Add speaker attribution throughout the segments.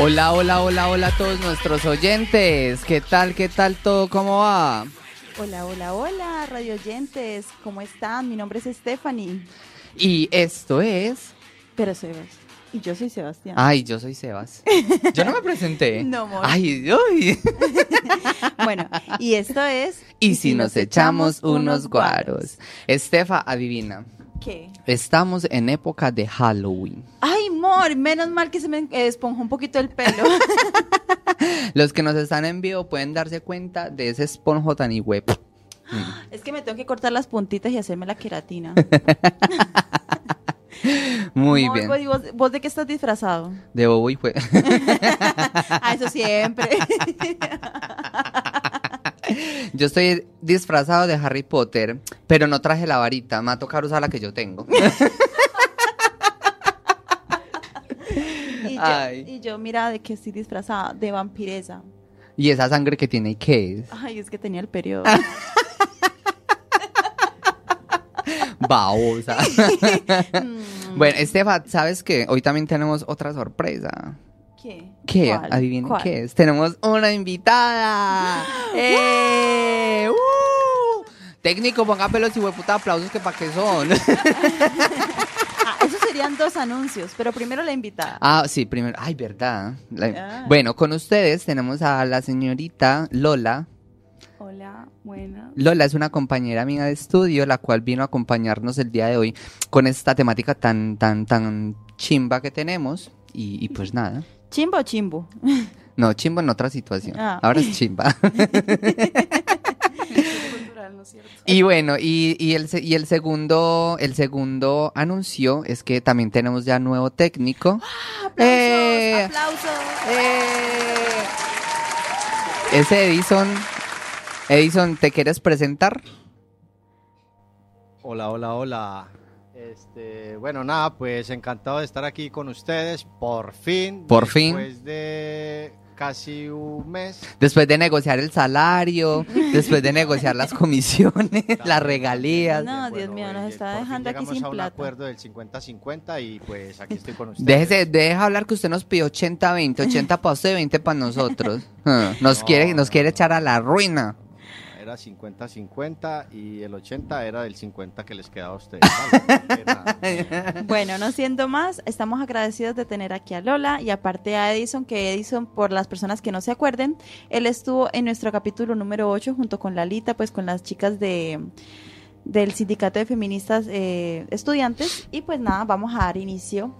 Speaker 1: Hola, hola, hola, hola a todos nuestros oyentes. ¿Qué tal, qué tal todo? ¿Cómo va?
Speaker 2: Hola, hola, hola, radio oyentes. ¿Cómo están? Mi nombre es Stephanie.
Speaker 1: Y esto es...
Speaker 2: Pero soy vos. Y yo soy Sebastián.
Speaker 1: Ay, yo soy Sebas. Yo no me presenté.
Speaker 2: No, amor.
Speaker 1: Ay, ay.
Speaker 2: Bueno, y esto es...
Speaker 1: Y si nos echamos unos guaros. Estefa, adivina.
Speaker 2: ¿Qué?
Speaker 1: Estamos en época de Halloween.
Speaker 2: Ay, amor, menos mal que se me eh, esponjó un poquito el pelo.
Speaker 1: Los que nos están en vivo pueden darse cuenta de ese esponjo tan web.
Speaker 2: es que me tengo que cortar las puntitas y hacerme la queratina.
Speaker 1: Muy
Speaker 2: Amor, pues,
Speaker 1: bien.
Speaker 2: ¿y ¿Vos, vos de qué estás disfrazado?
Speaker 1: De bobo y jue-
Speaker 2: ah, eso siempre.
Speaker 1: Yo estoy disfrazado de Harry Potter, pero no traje la varita. Me va a tocar usar la que yo tengo.
Speaker 2: y, yo,
Speaker 1: Ay.
Speaker 2: y yo, mira, de qué estoy disfrazada, de vampiresa.
Speaker 1: y esa sangre que tiene, ¿qué es?
Speaker 2: Ay, es que tenía el periodo.
Speaker 1: Babosa.
Speaker 2: Mm,
Speaker 1: bueno, Estefa, ¿sabes qué? Hoy también tenemos otra sorpresa.
Speaker 2: ¿Qué?
Speaker 1: ¿Qué?
Speaker 2: ¿Cuál?
Speaker 1: Adivinen
Speaker 2: ¿Cuál?
Speaker 1: qué es. Tenemos una invitada. ¡Eh! ¡Uh! Técnico, ponga pelos y hueputa aplausos que para qué son.
Speaker 2: Ah, esos serían dos anuncios, pero primero la invitada.
Speaker 1: Ah, sí, primero. Ay, verdad. La-
Speaker 2: Ah.
Speaker 1: Bueno, con ustedes tenemos a la señorita Lola.
Speaker 2: Hola, buena.
Speaker 1: Lola es una compañera mía de estudio, la cual vino a acompañarnos el día de hoy con esta temática tan, tan, tan chimba que tenemos. Y, y pues nada.
Speaker 2: ¿Chimbo o chimbo?
Speaker 1: No, chimba en otra situación.
Speaker 2: Ah.
Speaker 1: Ahora es chimba. y bueno, y, y el, se- y el segundo, el segundo anuncio es que también tenemos ya nuevo técnico.
Speaker 2: ¡Ah!
Speaker 1: ¡Eh!
Speaker 2: ¡Aplausos!
Speaker 1: ¡Eh! Ese Edison, Edison, ¿te quieres presentar?
Speaker 3: Hola, hola, hola. Este, bueno, nada, pues encantado de estar aquí con ustedes, por fin.
Speaker 1: Por fin.
Speaker 3: Después de casi un mes.
Speaker 1: Después de negociar el salario, después de negociar las comisiones, las regalías.
Speaker 2: No, Dios mío, nos
Speaker 3: eh,
Speaker 2: está
Speaker 3: por fin
Speaker 2: dejando aquí
Speaker 3: llegamos
Speaker 2: sin
Speaker 3: a un
Speaker 2: plata.
Speaker 3: acuerdo del 50-50 y pues aquí estoy con ustedes.
Speaker 1: Déjese, deja hablar que usted nos pidió 80-20, 80 para usted, 20 para nosotros. Ah, Nos
Speaker 3: No,
Speaker 1: quiere, nos
Speaker 3: no,
Speaker 1: quiere
Speaker 3: no.
Speaker 1: echar a la ruina.
Speaker 3: Era 50-50 y el 80 era del 50 que les quedaba a ustedes. Vale, que nada.
Speaker 2: Bueno, no siendo más, estamos agradecidos de tener aquí a Lola y aparte a Edison, que Edison, por las personas que no se acuerden, él estuvo en nuestro capítulo número 8 junto con Lalita, pues con las chicas de del Sindicato de Feministas eh, Estudiantes. Y pues nada, vamos a dar inicio.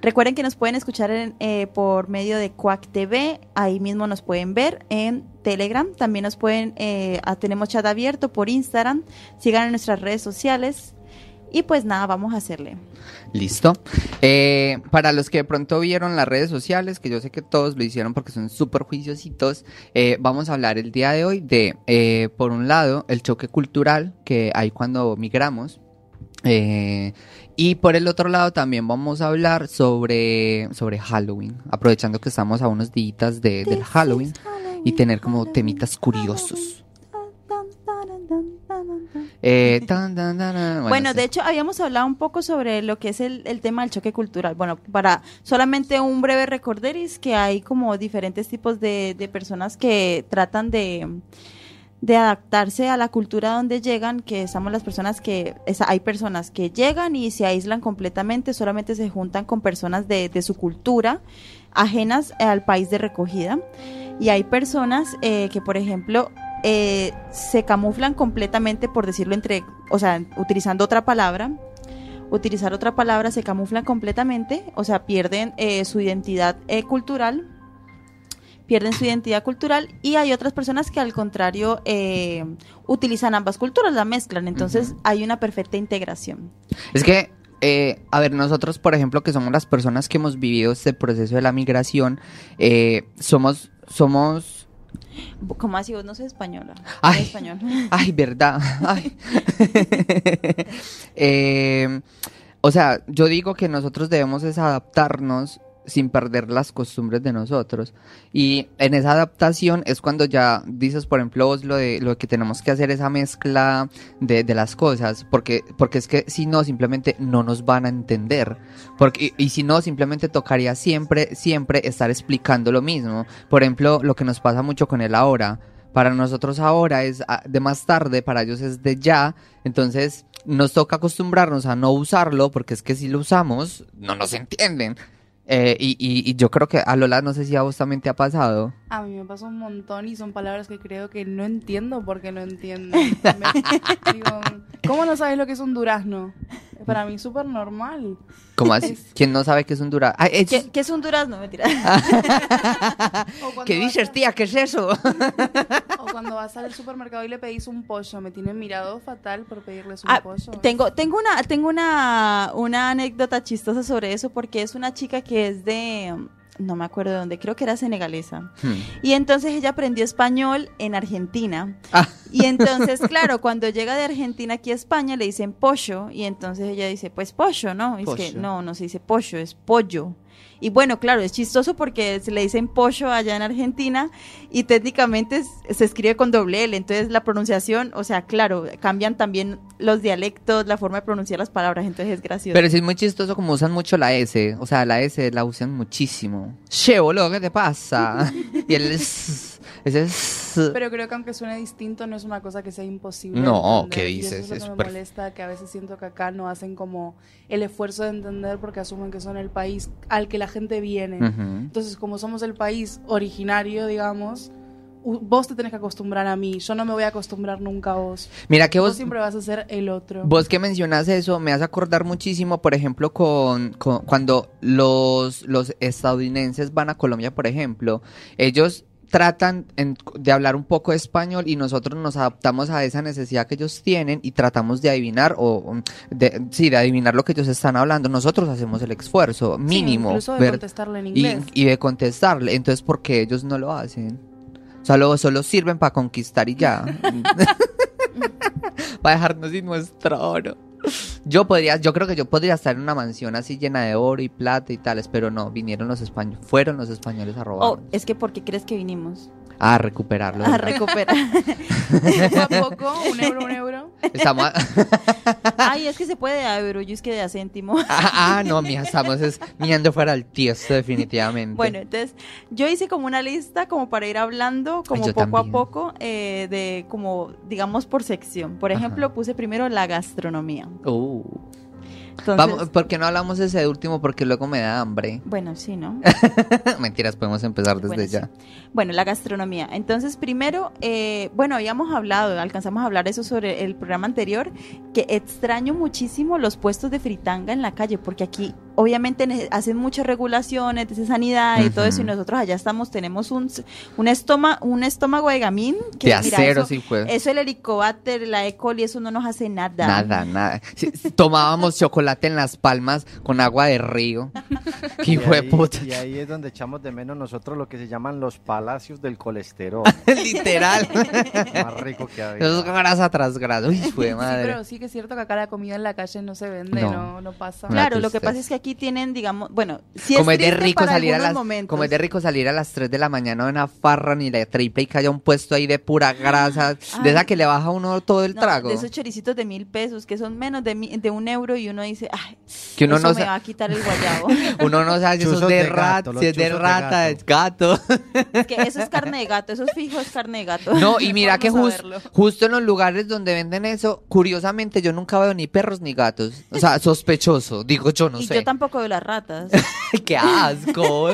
Speaker 2: Recuerden que nos pueden escuchar en, eh, por medio de Quack TV, ahí mismo nos pueden ver en Telegram, también nos pueden, eh, ah, tenemos chat abierto por Instagram, sigan en nuestras redes sociales y pues nada, vamos a hacerle.
Speaker 1: Listo. Eh, para los que de pronto vieron las redes sociales, que yo sé que todos lo hicieron porque son súper juiciositos, eh, vamos a hablar el día de hoy de, eh, por un lado, el choque cultural que hay cuando migramos. eh, y por el otro lado también vamos a hablar sobre, sobre Halloween, aprovechando que estamos a unos días de, eh, del Halloween y tener como temitas curiosos. Eh, tan, tan, tan, tan,
Speaker 2: Bueno,
Speaker 1: sí.
Speaker 2: de hecho habíamos hablado un poco sobre lo que es el, el tema del choque cultural. Bueno, para solamente un breve recorderis que hay como diferentes tipos de, de personas que tratan de, de adaptarse a la cultura donde llegan, que estamos las personas que, esa- hay personas que llegan y se aíslan completamente, solamente se juntan con personas de, de su cultura, ajenas al país de recogida. Y hay personas eh, que, por ejemplo, eh, se camuflan completamente, por decirlo entre, o sea, utilizando otra palabra, utilizar otra palabra, se camuflan completamente, o sea, pierden eh, su identidad eh, cultural, pierden su identidad cultural, y hay otras personas que al contrario eh, utilizan ambas culturas, la mezclan, entonces
Speaker 1: Ujú.
Speaker 2: hay una perfecta integración.
Speaker 1: Es que, eh, a ver, nosotros, por ejemplo, que somos las personas que hemos vivido este proceso de la migración, eh, somos, somos,
Speaker 2: ¿Cómo así vos no sos española? No soy
Speaker 1: Ay.
Speaker 2: español.
Speaker 1: ay, verdad, ay. Eh, o sea, yo digo que nosotros debemos es adaptarnos sin perder las costumbres de nosotros. Y en esa adaptación es cuando ya dices, por ejemplo, vos lo de lo que tenemos que hacer esa mezcla de, de las cosas, porque, porque es que si no, simplemente no nos van a entender. Porque, y, y si no, simplemente tocaría siempre, siempre estar explicando lo mismo. Por ejemplo, lo que nos pasa mucho con él ahora. Para nosotros ahora es ah, de más tarde, para ellos es de ya. Entonces nos toca acostumbrarnos a no usarlo, porque es que si lo usamos, no nos entienden. Eh, y, y, y yo creo que a Lola, no sé si a vos también te ha pasado.
Speaker 4: A mí me pasa un montón y son palabras que creo que no entiendo porque no entiendo. Me- digo, ¿cómo no sabes lo que es un durazno? Para mí es súper normal.
Speaker 1: ¿Cómo así? ¿Quién no sabe que es un durazno? Ah, es-
Speaker 2: ¿Qué, qué es un durazno? Mentira.
Speaker 4: O cuando
Speaker 1: ¿Qué
Speaker 4: vas
Speaker 1: dices,
Speaker 4: a-
Speaker 1: tía? ¿Qué es eso?
Speaker 4: O cuando vas al supermercado y le pedís un pollo. Me tienen mirado fatal por pedirles un
Speaker 2: Ah,
Speaker 4: pollo.
Speaker 2: tengo, tengo una, tengo una, una anécdota chistosa sobre eso, porque es una chica que es de, mm, no me acuerdo de dónde, creo que era senegalesa.
Speaker 1: Hmm.
Speaker 2: Y entonces ella aprendió español en Argentina.
Speaker 1: Ah.
Speaker 2: Y entonces, claro, cuando llega de Argentina aquí a España le dicen pollo. Y entonces ella dice, pues pollo, ¿no? Y es que
Speaker 1: Pollo.
Speaker 2: no, no se dice pollo, es pollo. Y bueno, claro, es chistoso porque se le dicen pollo allá en Argentina y técnicamente es- se escribe con doble L. Entonces la pronunciación, o sea, claro, cambian también los dialectos, la forma de pronunciar las palabras. Entonces es gracioso.
Speaker 1: Pero sí es muy chistoso como usan mucho la S. O sea, la S la usan muchísimo. Che, boludo, ¿qué te pasa? y el S. Ese S.
Speaker 4: Pero creo que aunque suene distinto, no es una cosa que sea imposible. de
Speaker 1: No,
Speaker 4: entender.
Speaker 1: ¿qué
Speaker 4: Y eso
Speaker 1: dices?
Speaker 4: es
Speaker 1: Es
Speaker 4: lo que
Speaker 1: perf-
Speaker 4: me molesta, que a veces siento que acá no hacen como el esfuerzo de entender porque asumen que son el país al que la gente viene.
Speaker 1: Ujú.
Speaker 4: Entonces, como somos el país originario, digamos, u- vos te tenés que acostumbrar a mí. Yo no me voy a acostumbrar nunca a vos.
Speaker 1: Mira que
Speaker 4: Vos,
Speaker 1: vos,
Speaker 4: siempre vas a ser el otro.
Speaker 1: vos que mencionas eso, me hace acordar muchísimo, por ejemplo, con, con- cuando los, los estadounidenses van a Colombia, por ejemplo, ellos tratan en- de hablar un poco de español y nosotros nos adaptamos a esa necesidad que ellos tienen y tratamos de adivinar o um, de, sí, de adivinar lo que ellos están hablando. Nosotros hacemos el esfuerzo
Speaker 4: Sí,
Speaker 1: mínimo.
Speaker 4: incluso de
Speaker 1: ver-
Speaker 4: contestarle en
Speaker 1: y,
Speaker 4: inglés.
Speaker 1: y de contestarle. Entonces, ¿por qué ellos no lo hacen? Solo, solo sirven para conquistar y ya. para dejarnos sin nuestro oro. Yo podría, yo creo que yo podría estar en una mansión así llena de oro y plata y tales, pero no, vinieron los españoles, fueron los españoles a robar,
Speaker 2: Oh, es que ¿por qué crees que vinimos?
Speaker 1: a recuperarlo.
Speaker 2: A recuperar.
Speaker 4: Tampoco, un euro, un euro.
Speaker 1: Estamos,
Speaker 2: Ay, es que se puede, ay, pero yo es que de a céntimo.
Speaker 1: ah, ah, no, mija, estamos es, mirando fuera del tiesto definitivamente.
Speaker 2: Bueno, entonces yo hice como una lista como para ir hablando como
Speaker 1: yo
Speaker 2: poco
Speaker 1: también.
Speaker 2: a poco eh, de como digamos por sección. Por
Speaker 1: Ajá.
Speaker 2: ejemplo, puse primero la gastronomía.
Speaker 1: Uh.
Speaker 2: Entonces,
Speaker 1: Vamos, ¿por qué no hablamos ese de último? Porque luego me da hambre.
Speaker 2: bueno, sí, ¿no?
Speaker 1: Mentiras, podemos empezar desde
Speaker 2: Bueno, sí.
Speaker 1: ya.
Speaker 2: Bueno, la gastronomía. Entonces, primero, eh, bueno, habíamos hablado, alcanzamos a hablar eso sobre el programa anterior, que extraño muchísimo los puestos de fritanga en la calle, porque aquí obviamente ne- hacen muchas regulaciones de sanidad y todo eso, y
Speaker 1: Ujú.
Speaker 2: nosotros allá estamos, tenemos un, s- un, estoma, un estómago de gamín. Que,
Speaker 1: de
Speaker 2: mira,
Speaker 1: acero,
Speaker 2: eso-
Speaker 1: sí pues. fue.
Speaker 2: Eso el helicóptero, la E. coli, eso no nos hace nada.
Speaker 1: Nada, nada. Sí, sí, tomábamos chocolate en las palmas con agua de río. Qué
Speaker 3: Y
Speaker 1: hijo de
Speaker 3: ahí-
Speaker 1: puta.
Speaker 3: Y ahí es donde echamos de menos nosotros lo que se llaman los palacios del colesterol.
Speaker 1: Literal.
Speaker 3: más rico que había.
Speaker 1: Eso es grasa tras grasa. Uy, hijo de
Speaker 4: Sí,
Speaker 1: madre.
Speaker 4: pero sí que es cierto que acá la comida en la calle no se vende,
Speaker 1: No.
Speaker 4: no, no, pasa.
Speaker 1: Una
Speaker 2: Claro, lo que
Speaker 1: tristeza.
Speaker 2: pasa es que aquí tienen, digamos, bueno, si
Speaker 1: Como es
Speaker 2: es,
Speaker 1: de
Speaker 2: triste
Speaker 1: rico
Speaker 2: para
Speaker 1: salir a
Speaker 2: algunos
Speaker 1: las
Speaker 2: momentos.
Speaker 1: como es de rico salir a las 3 de la mañana a una farra ni la triple y que haya un puesto ahí de pura grasa, de
Speaker 2: Ay.
Speaker 1: esa que le baja a uno todo el
Speaker 2: No,
Speaker 1: trago,
Speaker 2: De esos choricitos de mil pesos que son menos de, mi- de un euro y uno dice, ay,
Speaker 1: que uno
Speaker 2: eso
Speaker 1: no
Speaker 2: me
Speaker 1: sa-
Speaker 2: va a quitar el guayabo.
Speaker 1: uno no sabe si eso es
Speaker 3: Chuzos
Speaker 1: de
Speaker 3: de
Speaker 1: rata,
Speaker 3: gato, los
Speaker 1: si es de
Speaker 3: chuzos de
Speaker 1: rata,
Speaker 3: gato.
Speaker 1: es gato.
Speaker 2: Es que eso es carne de gato, eso es fijo, es carne de gato.
Speaker 1: No, y mira
Speaker 4: Mejor
Speaker 1: que
Speaker 4: no
Speaker 1: jus-
Speaker 4: saberlo.
Speaker 1: justo en los lugares donde venden eso, curiosamente yo nunca veo ni perros ni gatos. O sea, sospechoso, digo yo no
Speaker 2: y
Speaker 1: sé.
Speaker 2: yo tampoco veo las ratas.
Speaker 1: ¡Qué asco!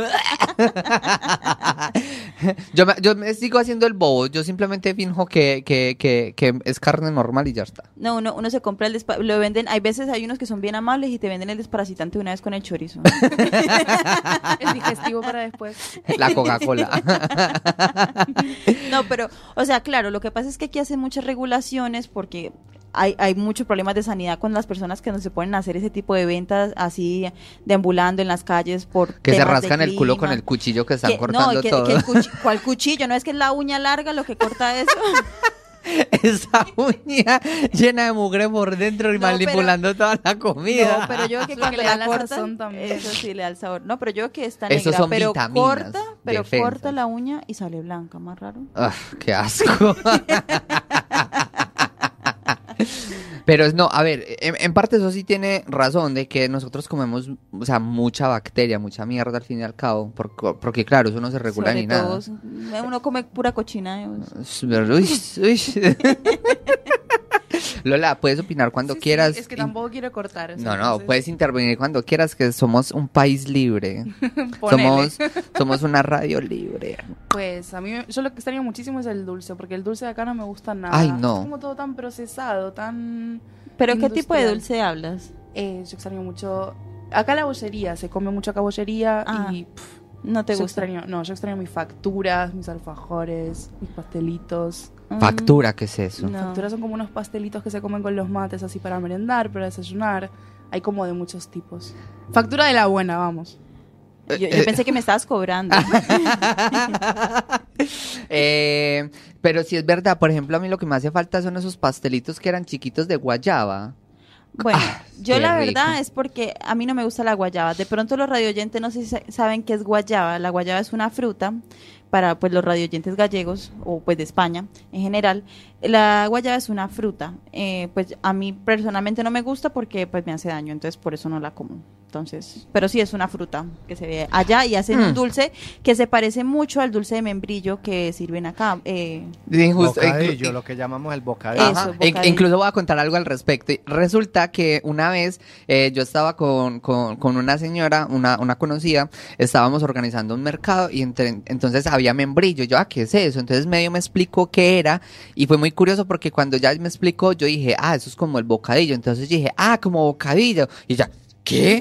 Speaker 1: yo, me, yo me sigo haciendo el bobo, yo simplemente finjo que, que, que, que es carne normal y ya está.
Speaker 2: No, uno, uno se compra el despa- lo venden, hay veces hay unos que son bien amables y te venden el desparasitante una vez con el chorizo.
Speaker 4: El digestivo para después.
Speaker 1: La Coca-Cola.
Speaker 2: No, pero, o sea, claro, lo que pasa es que aquí hacen muchas regulaciones porque hay, hay muchos problemas de sanidad con las personas que no se pueden hacer ese tipo de ventas así deambulando en las calles por
Speaker 1: que se
Speaker 2: temas de
Speaker 1: rascan el culo
Speaker 2: clima.
Speaker 1: con el cuchillo que están
Speaker 2: Que-
Speaker 1: cortando
Speaker 2: no, que,
Speaker 1: todo.
Speaker 2: que el cuchi- ¿cuál cuchillo? No es que es la uña larga lo que corta eso.
Speaker 1: Esa uña llena de mugre por dentro y
Speaker 2: No, pero-
Speaker 1: manipulando toda la comida.
Speaker 2: No, pero yo creo que
Speaker 4: Eso que
Speaker 2: cuando
Speaker 4: le da
Speaker 2: la
Speaker 4: la sazón
Speaker 2: cortan,
Speaker 4: también.
Speaker 2: eso sí le da el sabor. No, pero yo creo que está
Speaker 1: Esos
Speaker 2: negra,
Speaker 1: son
Speaker 2: pero
Speaker 1: vitaminas,
Speaker 2: corta, pero
Speaker 1: defensas.
Speaker 2: corta la uña y sale blanca, más raro.
Speaker 1: Ah, qué asco. Pero es no, a ver, en, en parte eso sí tiene razón de que nosotros comemos, o sea, mucha bacteria, mucha mierda al fin y al cabo, por- porque, claro, eso no se regula
Speaker 2: Sobre
Speaker 1: ni
Speaker 2: todo, eh,
Speaker 1: nada.
Speaker 2: Uno come pura cochina. eh,
Speaker 1: Es- uy, uy. Lola, puedes opinar cuando
Speaker 4: Sí, sí,
Speaker 1: quieras.
Speaker 4: es que tampoco quiero cortar. o sea,
Speaker 1: No, no,
Speaker 4: entonces,
Speaker 1: puedes intervenir cuando quieras, que somos un país libre.
Speaker 4: ponele.
Speaker 1: pues, Somos, somos una radio libre.
Speaker 4: Pues a mí, me- yo lo que extraño muchísimo es el dulce, porque el dulce de acá no me gusta nada.
Speaker 1: Ay, no.
Speaker 4: Es como todo tan procesado, tan...
Speaker 2: Pero ¿qué tipo de
Speaker 4: Industrial.
Speaker 2: dulce hablas?
Speaker 4: eh, yo extraño mucho... Acá la bollería, se come mucha cabollería
Speaker 2: Ah,
Speaker 4: y... pff,
Speaker 2: No te
Speaker 4: yo
Speaker 2: gusta.
Speaker 4: extraño- no, yo extraño mis facturas, mis alfajores, mis pastelitos.
Speaker 2: Mm,
Speaker 1: Factura, ¿qué es eso?
Speaker 2: No.
Speaker 4: Facturas son como unos pastelitos que se comen con los mates, así para merendar, para desayunar. Hay como de muchos tipos. Factura de la buena, vamos.
Speaker 2: Mm, Yo, yo pensé que me estabas cobrando.
Speaker 1: Eh, pero si es verdad, por ejemplo, a mí lo que me hace falta son esos pastelitos que eran chiquitos de guayaba.
Speaker 2: Bueno, yo
Speaker 1: Ah, qué
Speaker 2: la
Speaker 1: rico.
Speaker 2: verdad es porque a mí no me gusta la guayaba. De pronto los radioyentes no sé si sa- saben qué es guayaba. La guayaba es una fruta para pues los radioyentes gallegos o pues de España en general. La guayaba es una fruta. Eh, pues a mí personalmente no me gusta porque pues me hace daño, entonces por eso no la como. Entonces, pero sí es una fruta que se ve allá y hacen
Speaker 1: Mm.
Speaker 2: un dulce que se parece mucho al dulce de membrillo que sirven acá. Eh,
Speaker 1: Injusto-
Speaker 3: Bocadillo,
Speaker 1: inclu-
Speaker 3: lo que llamamos el
Speaker 2: Eso,
Speaker 3: bocadillo.
Speaker 1: Ajá,
Speaker 2: bocadillo.
Speaker 1: in- incluso voy a contar algo al respecto. Y Resulta que una vez eh, yo estaba con, con- con una señora, una, una conocida, estábamos organizando un mercado y entre- entonces había membrillo. Yo, ah, ¿qué es eso? Entonces medio me explicó qué era y fue muy curioso porque cuando ya me explicó, yo dije, ah, eso es como el bocadillo. Entonces dije, ah, como bocadillo. Y ya, ¿qué?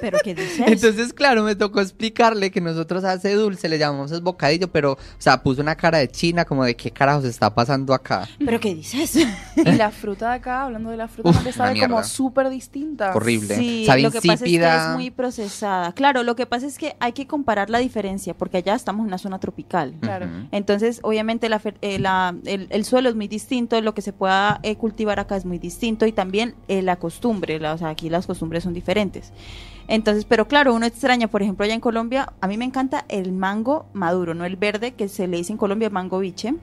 Speaker 2: pero qué dices.
Speaker 1: Entonces, claro, me tocó explicarle que nosotros a ese dulce le llamamos es bocadillo, pero, o sea, puso una cara de china como de qué carajos está pasando acá.
Speaker 2: pero qué dices.
Speaker 4: Y la fruta de acá, hablando de la fruta,
Speaker 1: Uf,
Speaker 4: no te sabe
Speaker 1: una
Speaker 4: como
Speaker 1: mierda.
Speaker 4: súper distinta.
Speaker 1: Horrible.
Speaker 2: Sí,
Speaker 1: Sabe
Speaker 2: lo que pasa es que
Speaker 1: insípida.
Speaker 2: es muy procesada. Claro, lo que pasa es que hay que comparar la diferencia, porque allá estamos en una zona tropical.
Speaker 4: Claro.
Speaker 1: Ujú.
Speaker 2: Entonces, obviamente, la, fer- eh, la- el, el suelo es muy distinto, lo que se pueda eh, cultivar acá es muy distinto y también eh, la costumbre, la- o sea, aquí las costumbres son diferentes. Entonces, pero claro, uno extraña, por ejemplo, allá en Colombia, a mí me encanta el mango maduro, no el verde que se le dice en Colombia mango biche.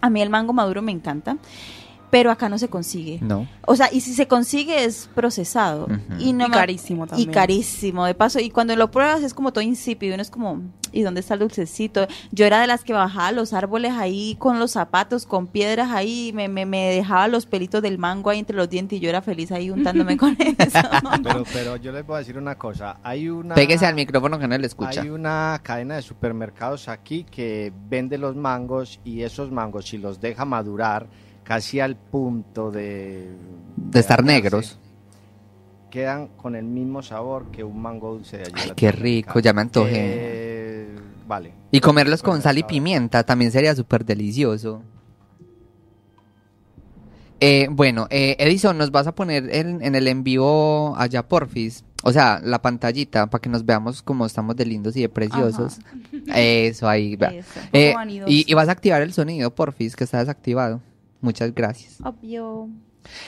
Speaker 2: A mí el mango maduro me encanta, pero acá no se consigue.
Speaker 1: No.
Speaker 2: O sea, y si se consigue es procesado.
Speaker 1: Ujú.
Speaker 2: y, no
Speaker 4: Y
Speaker 2: me-
Speaker 4: carísimo
Speaker 2: Y
Speaker 4: también.
Speaker 2: carísimo, de paso. Y cuando lo pruebas es como todo insípido. Uno es como, ¿y dónde está el dulcecito? Yo era de las que bajaba los árboles ahí con los zapatos, con piedras ahí. Me, me, me dejaba los pelitos del mango ahí entre los dientes y yo era feliz ahí untándome con eso.
Speaker 3: Pero, pero yo les voy a decir una cosa. Hay una...
Speaker 1: Pégese al micrófono que no le escucha.
Speaker 3: Hay una cadena de supermercados aquí que vende los mangos y esos mangos, si los deja madurar casi al punto de...
Speaker 1: De estar
Speaker 3: dañarse,
Speaker 1: negros.
Speaker 3: Quedan con el mismo sabor que un mango dulce de allí de
Speaker 1: Ay,
Speaker 3: la
Speaker 1: qué
Speaker 3: tienda
Speaker 1: rico,
Speaker 3: local.
Speaker 1: ya me antojé.
Speaker 3: Eh, vale.
Speaker 1: Y comerlos con sal y
Speaker 3: Supermercado.
Speaker 1: pimienta también sería súper delicioso. Eh, bueno, eh, Edison, nos vas a poner en, en el envío allá porfis. O sea, la pantallita para que nos veamos como estamos de lindos y de preciosos. Eso ahí. vea.
Speaker 2: Eso.
Speaker 4: poco
Speaker 1: Eh,
Speaker 4: vanidoso.
Speaker 1: y, y vas a activar el sonido, porfis, que está desactivado. Muchas gracias.
Speaker 2: Obvio.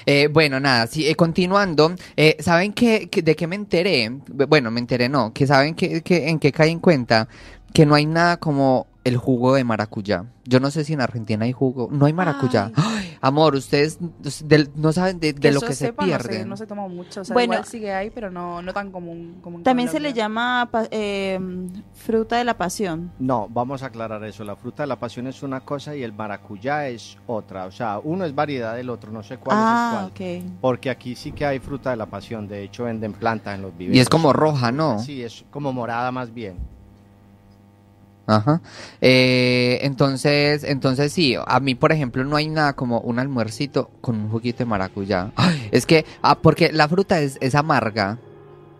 Speaker 1: Eh, bueno, nada, sí, eh, continuando, eh, ¿saben qué, qué- de qué me enteré? B- Bueno, me enteré no, que saben que, en qué caí en cuenta, que no hay nada como el jugo de maracuyá. Yo no sé si en Argentina hay jugo, no hay maracuyá.
Speaker 4: Ay.
Speaker 1: Ay, amor, ustedes s- del- no saben de, de
Speaker 4: Que
Speaker 1: lo
Speaker 4: yo
Speaker 1: que se
Speaker 4: sepa, No se,
Speaker 1: pierden.
Speaker 4: no se toma mucho. O sea,
Speaker 2: Bueno.
Speaker 4: igual sigue ahí, pero no, no tan común como en
Speaker 2: También se
Speaker 4: Colombia.
Speaker 2: le llama pa- eh, fruta de la pasión.
Speaker 3: No, vamos a aclarar eso. La fruta de la pasión es una cosa y el maracuyá es otra. O sea, uno es variedad del otro, no sé cuál es
Speaker 2: ah,
Speaker 3: cuál.
Speaker 2: ok.
Speaker 3: Porque aquí sí que hay fruta de la pasión. De hecho, venden plantas en los viveros.
Speaker 1: Y es como roja, ¿no?
Speaker 3: Sí, es como morada más bien.
Speaker 1: Ajá. Eh, entonces, entonces sí, a mí, por ejemplo, no hay nada como un almuercito con un juguito de maracuyá. Ay, es que, ah, porque la fruta es, es amarga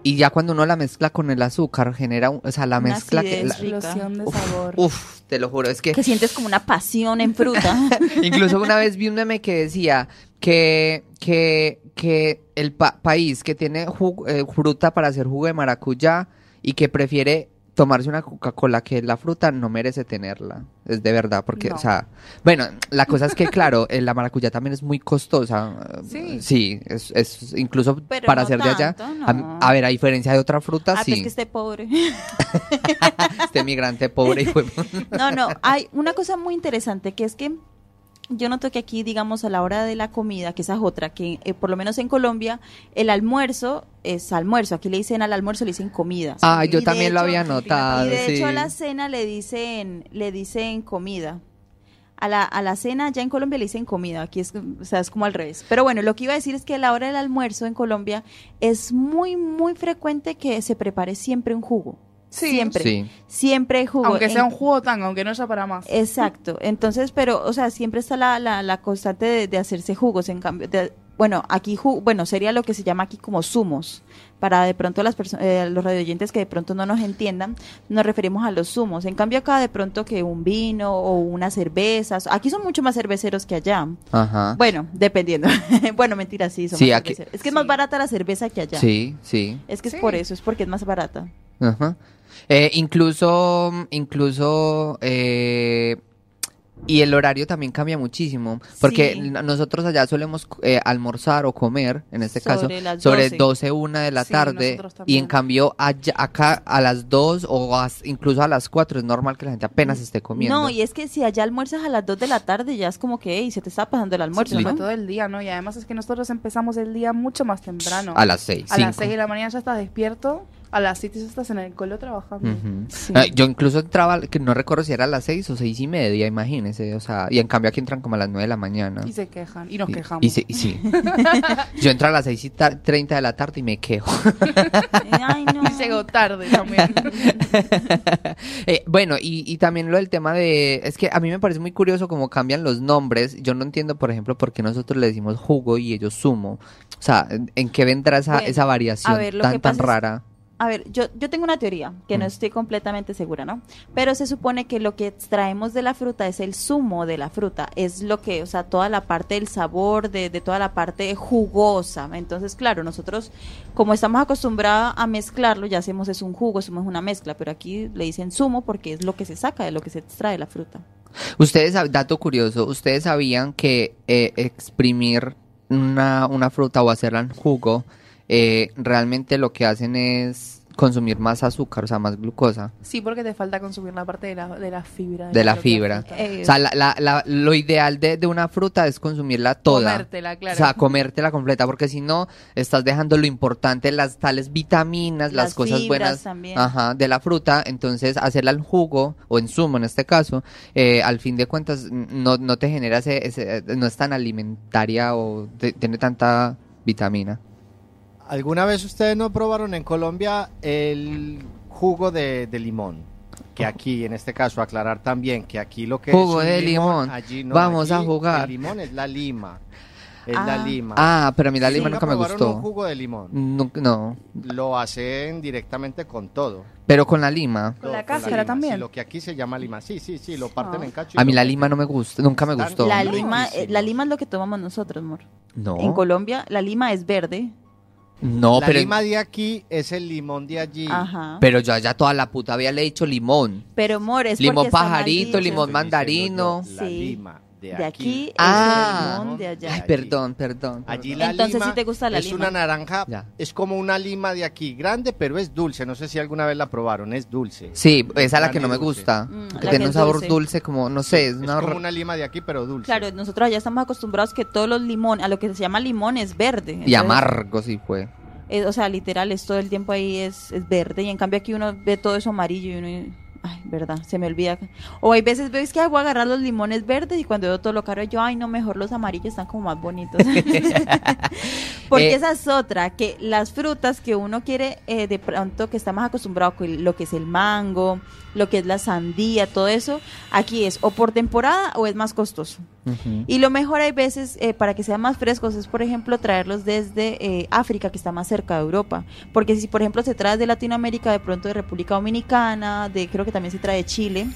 Speaker 1: y ya cuando uno la mezcla con el azúcar genera, un- o sea, la
Speaker 2: Una
Speaker 1: mezcla que... Eh, la-
Speaker 2: acidez rica.
Speaker 4: Explosión de
Speaker 1: Uf,
Speaker 4: sabor.
Speaker 1: uf, te lo juro, es que
Speaker 2: Que sientes como una pasión en fruta.
Speaker 1: incluso una vez vi un meme que decía que, que, que el pa- país que tiene ju- eh, fruta para hacer jugo de maracuyá y que prefiere tomarse una Coca-Cola que es la fruta no merece tenerla. Es de verdad, porque,
Speaker 4: No.
Speaker 1: o sea, bueno, la cosa es que, claro, eh, la maracuyá también es muy costosa.
Speaker 4: Sí.
Speaker 1: Sí, es, es- incluso
Speaker 2: Pero
Speaker 1: para
Speaker 2: no
Speaker 1: hacer de allá.
Speaker 2: tanto,
Speaker 1: a-
Speaker 2: no.
Speaker 1: A, ver, a diferencia de otra fruta,
Speaker 2: Ah, pero es
Speaker 1: sí.
Speaker 2: que esté pobre.
Speaker 1: Este migrante pobre y fue-
Speaker 2: No, no, hay una cosa muy interesante que es que yo noto que aquí, digamos, a la hora de la comida, que esa es otra, que eh, por lo menos en Colombia, el almuerzo es almuerzo. Aquí le dicen al almuerzo, le dicen comida.
Speaker 1: Ah,
Speaker 4: Y
Speaker 1: yo
Speaker 4: de
Speaker 1: también lo
Speaker 4: hecho,
Speaker 1: había
Speaker 4: y de
Speaker 1: notado.
Speaker 2: y de
Speaker 1: sí.
Speaker 2: hecho a la cena le dicen, le dicen comida. A la, a la cena ya en Colombia le dicen comida, aquí es, o sea, es como al revés. Pero bueno, lo que iba a decir es que a la hora del almuerzo en Colombia es muy, muy frecuente que se prepare siempre un jugo.
Speaker 4: Sí.
Speaker 2: Siempre.
Speaker 1: Sí.
Speaker 2: Siempre hay jugo.
Speaker 4: Aunque sea
Speaker 2: En-
Speaker 4: un juego tan, aunque no haya para más.
Speaker 2: Exacto. Entonces, pero, o sea, siempre está la, la, la constante de, de hacerse jugos, en cambio, de- bueno, aquí, ju- bueno, sería lo que se llama aquí como zumos. Para de pronto las perso- eh, los radioyentes que de pronto no nos entiendan, nos referimos a los zumos. En cambio acá de pronto que un vino o unas cervezas, aquí son mucho más cerveceros que allá.
Speaker 1: Ajá.
Speaker 2: Bueno, dependiendo. bueno, mentira, sí, son
Speaker 1: Sí,
Speaker 2: más
Speaker 1: aquí-
Speaker 2: cerveceros. Es que es más
Speaker 4: sí.
Speaker 2: barata la cerveza que allá.
Speaker 1: Sí, sí.
Speaker 2: Es que es
Speaker 4: Sí.
Speaker 2: por eso, es porque es más barata.
Speaker 1: Ajá. Eh, incluso, incluso, eh, y el horario también cambia muchísimo, porque
Speaker 2: Sí.
Speaker 1: n- nosotros allá solemos eh, almorzar o comer, en este caso,
Speaker 2: Sobre las
Speaker 1: sobre
Speaker 2: 12.
Speaker 1: 12, 1 de la
Speaker 4: Sí,
Speaker 1: tarde,
Speaker 4: nosotros
Speaker 1: y en
Speaker 4: también.
Speaker 1: cambio allá- acá a las 2 o as- incluso a las 4 es normal que la gente apenas
Speaker 4: Mm.
Speaker 1: esté comiendo.
Speaker 2: No, y es que si allá almuerzas a las 2 de la tarde, ya es como que, "Ey, se te está pasando el almuerzo,
Speaker 4: Sí,
Speaker 2: ¿no?
Speaker 4: para todo el día, ¿no? Y además es que nosotros empezamos el día mucho más temprano.
Speaker 1: A las 6.
Speaker 4: A las 6 de la mañana ya estás despierto, a las 7 ya estás en el colo trabajando. Sí.
Speaker 1: Eh, yo incluso entraba, que no recuerdo si era a las 6 o 6 y media, imagínense, o sea, y en cambio aquí entran como a las 9 de la mañana.
Speaker 4: Y se quejan, y nos
Speaker 1: Y-
Speaker 4: quejamos.
Speaker 1: Y, sí- y sí. Yo entro a las 6 y ta- 30 de la tarde y me quejo.
Speaker 2: Ay, no.
Speaker 4: Y llegó tarde también.
Speaker 1: Eh, bueno, y, y también lo del tema de... Es que a mí me parece muy curioso cómo cambian los nombres. Yo no entiendo, por ejemplo, por qué nosotros le decimos jugo y ellos sumo. O sea, ¿en- ¿en qué vendrá esa,
Speaker 2: Bueno,
Speaker 1: esa variación
Speaker 2: a ver, lo
Speaker 1: tan,
Speaker 2: que
Speaker 1: tan
Speaker 2: pasa es-
Speaker 1: rara?
Speaker 2: A ver, yo, yo tengo una teoría que
Speaker 1: Mm.
Speaker 2: no estoy completamente segura, ¿no? Pero se supone que lo que extraemos de la fruta es el zumo de la fruta, es lo que, o sea, toda la parte del sabor, de, de toda la parte jugosa. Entonces, claro, nosotros, como estamos acostumbrados a mezclarlo, ya hacemos es un jugo, hacemos una mezcla, pero aquí le dicen zumo porque es lo que se saca, de lo que se extrae la fruta.
Speaker 1: Ustedes, sab- dato curioso, ¿ustedes sabían que eh, exprimir una, una fruta o hacerla en jugo, eh, realmente lo que hacen es consumir más azúcar, o sea, más glucosa?
Speaker 4: Sí, porque te falta consumir la parte de la, de la fibra.
Speaker 1: De la
Speaker 4: propia
Speaker 1: fibra.
Speaker 4: fruta.
Speaker 2: Eh,
Speaker 1: O sea, la- la- la- lo ideal de, de una fruta es consumirla toda.
Speaker 4: Comértela, claro.
Speaker 1: O sea, comértela completa, porque si no, estás dejando lo importante, las tales vitaminas, las,
Speaker 2: Las
Speaker 1: cosas
Speaker 2: fibras
Speaker 1: buenas
Speaker 2: también.
Speaker 1: ajá, de la fruta. Entonces, hacerla al jugo o en zumo en este caso, eh, al fin de cuentas, n- no, no te genera ese, ese- eh, No es tan alimentaria o te- tiene tanta vitamina.
Speaker 3: ¿Alguna vez ustedes no probaron en Colombia el jugo de, de limón? Que aquí, en este caso, aclarar también que aquí lo que
Speaker 1: Jugo
Speaker 3: es un
Speaker 1: de limón.
Speaker 3: allí no,
Speaker 1: Vamos a
Speaker 3: allí
Speaker 1: jugar.
Speaker 3: El limón es la lima. Es
Speaker 2: Ah.
Speaker 3: la lima.
Speaker 1: Ah, pero a mí la lima nunca
Speaker 3: ¿Nunca
Speaker 1: me
Speaker 3: probaron un
Speaker 1: gustó.
Speaker 3: jugo de limón.
Speaker 1: No, no,
Speaker 3: Lo hacen directamente con todo.
Speaker 1: pero con la lima.
Speaker 4: Con la
Speaker 3: Todo,
Speaker 4: cáscara
Speaker 3: lima.
Speaker 4: también.
Speaker 3: Sí, lo que aquí se llama lima. Sí, sí, sí, lo parten
Speaker 4: Ah.
Speaker 3: en cacho. y
Speaker 1: A mí
Speaker 3: lo
Speaker 1: la
Speaker 3: meten.
Speaker 1: lima no me gusta, nunca me
Speaker 3: Están-
Speaker 1: gustó.
Speaker 2: la
Speaker 3: no.
Speaker 2: lima, eh, la
Speaker 3: Riquísimos.
Speaker 2: lima es lo que tomamos nosotros, amor.
Speaker 1: No.
Speaker 2: En Colombia, la lima es verde.
Speaker 1: No,
Speaker 3: la
Speaker 1: pero,
Speaker 3: lima de aquí es el limón de allí.
Speaker 2: Ajá.
Speaker 1: pero yo allá toda la puta había le dicho limón.
Speaker 2: Pero amor, es
Speaker 1: Limón
Speaker 2: porque está mal
Speaker 1: pajarito,
Speaker 2: dicho.
Speaker 1: limón
Speaker 3: Estoy diciendo
Speaker 1: mandarino.
Speaker 3: yo, La
Speaker 2: Sí.
Speaker 3: lima de
Speaker 2: De aquí
Speaker 3: aquí.
Speaker 2: es
Speaker 1: Ah.
Speaker 2: el limón de allá.
Speaker 1: Ay,
Speaker 3: allí.
Speaker 1: perdón, perdón.
Speaker 3: Allí
Speaker 1: perdón.
Speaker 3: la
Speaker 2: Entonces,
Speaker 3: lima
Speaker 2: ¿sí te gusta la
Speaker 3: es
Speaker 2: lima?
Speaker 3: una naranja,
Speaker 1: Ya.
Speaker 3: es como una lima de aquí, grande pero es dulce. No sé si alguna vez la probaron, es dulce.
Speaker 1: Sí, esa es la que no
Speaker 3: Grande
Speaker 1: me
Speaker 3: dulce.
Speaker 1: gusta.
Speaker 2: Mm, la
Speaker 1: que
Speaker 2: que
Speaker 1: tiene
Speaker 2: es
Speaker 1: un sabor dulce.
Speaker 2: dulce.
Speaker 1: como, no sé, es
Speaker 3: es
Speaker 1: una...
Speaker 3: como
Speaker 1: ro-
Speaker 3: una lima de aquí pero dulce.
Speaker 2: Claro, nosotros ya estamos acostumbrados que todos los limones, a lo que se llama limón es verde.
Speaker 1: Y
Speaker 2: Entonces,
Speaker 1: amargo, sí fue.
Speaker 2: eh, o sea, literal, es todo el tiempo ahí es, es verde. Y en cambio aquí uno ve todo eso amarillo y uno... Ay, verdad, se me olvida. O hay veces veo es que ay, voy a agarrar los limones verdes y cuando veo todo lo caro, yo, ay, no, mejor los amarillos están como más bonitos. Porque
Speaker 1: Eh.
Speaker 2: esa es otra, que las frutas que uno quiere eh, de pronto que está más acostumbrado con lo que es el mango, lo que es la sandía, todo eso, aquí es o por temporada o es más costoso.
Speaker 1: Ujú.
Speaker 2: Y lo mejor hay veces eh, para que sean más frescos es, por ejemplo, traerlos desde eh, África, que está más cerca de Europa. Porque si, por ejemplo, se trae de Latinoamérica, de pronto de República Dominicana, de creo que también se trae de Chile,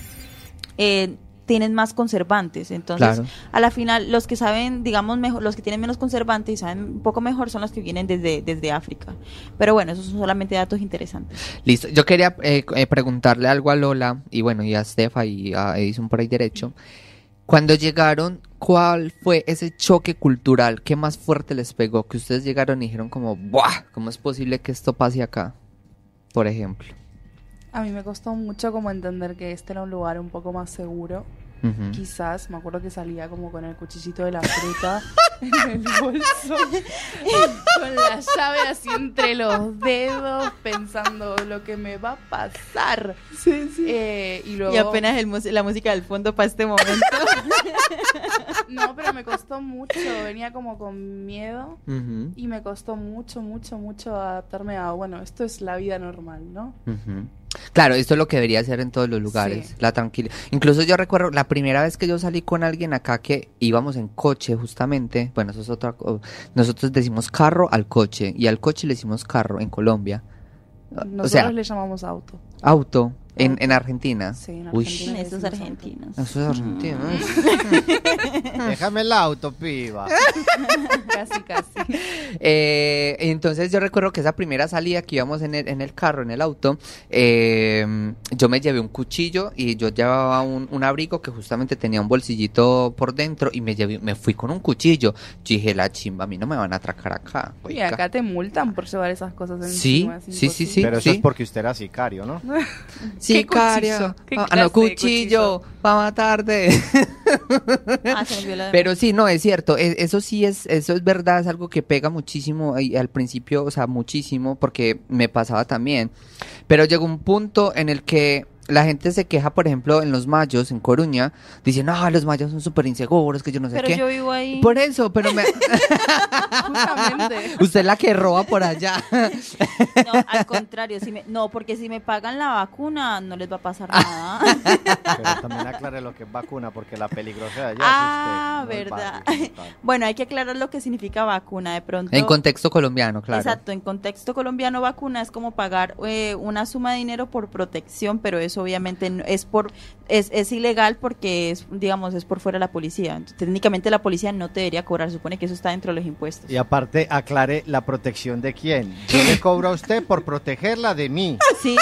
Speaker 2: eh, tienen más conservantes. Entonces,
Speaker 1: Claro.
Speaker 2: a la final, los que saben, digamos, mejor, los que tienen menos conservantes y saben un poco mejor son los que vienen desde, desde África. Pero bueno, esos son solamente datos interesantes.
Speaker 1: Listo, yo quería eh, eh, preguntarle algo a Lola y bueno, y a Estefa y a Edison por ahí derecho. Cuando llegaron, ¿cuál fue ese choque cultural que más fuerte les pegó? Que ustedes llegaron y dijeron como, ¡buah! ¿Cómo es posible que esto pase acá? Por ejemplo.
Speaker 4: A mí me costó mucho como entender que este era un lugar un poco más seguro.
Speaker 1: Ujú.
Speaker 4: Quizás, me acuerdo que salía como con el cuchillito de la fruta en el bolso, con la llave así entre los dedos, pensando lo que me va a pasar. Eh, y luego...
Speaker 2: la música del fondo para este momento.
Speaker 4: No, pero me costó mucho, venía como con miedo
Speaker 1: Ujú,
Speaker 4: y me costó mucho, mucho, mucho adaptarme a, bueno, esto es la vida normal, ¿no?
Speaker 1: ujú. Claro, esto es lo que debería ser en todos los lugares, la tranquilidad. Incluso yo recuerdo la primera vez que yo salí con alguien acá que íbamos en coche justamente, bueno, eso es otra co- nosotros decimos carro al coche y al coche le decimos carro en Colombia.
Speaker 4: Nosotros
Speaker 1: sea-
Speaker 4: le llamamos auto.
Speaker 1: Auto en,
Speaker 4: Auto.
Speaker 1: en Argentina.
Speaker 4: Sí, en
Speaker 1: Uy,
Speaker 4: Argentina.
Speaker 2: Esos argentinos.
Speaker 1: eso es Argentina. ¿no?
Speaker 3: Déjame el auto, piba.
Speaker 4: Casi, casi.
Speaker 1: Eh, entonces yo recuerdo que esa primera salida que íbamos en el, en el carro, en el auto, eh, yo me llevé un cuchillo y yo llevaba un, un abrigo que justamente tenía un bolsillito por dentro y me llevé, me fui con un cuchillo. Yo dije, la chimba, a mí no me van a atracar acá.
Speaker 4: Y
Speaker 1: oiga".
Speaker 4: acá te multan por llevar esas cosas
Speaker 1: Sí,
Speaker 4: encima. es
Speaker 1: sí, sí, sí.
Speaker 4: imposible.
Speaker 3: Pero eso
Speaker 1: sí.
Speaker 3: es porque usted era sicario, ¿no?
Speaker 1: Sí,
Speaker 4: ¿Qué
Speaker 1: caria,
Speaker 4: cuchillo? ¿Qué
Speaker 1: ah, no,
Speaker 4: clase de
Speaker 1: cuchillo, va a matarte.
Speaker 2: Ah, se me olvidó la de-
Speaker 1: Pero sí, no, es cierto, e- eso sí es, eso es verdad, es algo que pega muchísimo y al principio, o sea, muchísimo, porque me pasaba también. Pero llegó un punto en el que la gente se queja, por ejemplo, en los mayos, en Coruña, dicen, ah, los mayos son súper inseguros, que yo no sé
Speaker 2: Pero
Speaker 1: qué.
Speaker 2: yo vivo ahí.
Speaker 1: Por eso, pero me...
Speaker 4: Justamente.
Speaker 1: usted es la que roba por allá.
Speaker 2: No, al contrario, si me, no, porque si me pagan la vacuna no les va a pasar
Speaker 1: Ah.
Speaker 2: nada.
Speaker 3: Pero también aclare lo que es vacuna, porque la peligrosa de allá es
Speaker 2: Ah,
Speaker 3: usted, no el
Speaker 2: verdad.
Speaker 3: barrio como tal.
Speaker 2: bueno, hay que aclarar lo que significa vacuna de pronto.
Speaker 1: En contexto colombiano, claro.
Speaker 2: Exacto, en contexto colombiano vacuna es como pagar eh, una suma de dinero por protección, pero eso obviamente no- es por es, es ilegal porque es digamos es por fuera de la policía. Entonces, técnicamente la policía no te debería cobrar, supone que eso está dentro de los impuestos.
Speaker 3: Y aparte, aclare la protección de quién. Yo le cobro a usted por protegerla de mí.
Speaker 2: Sí,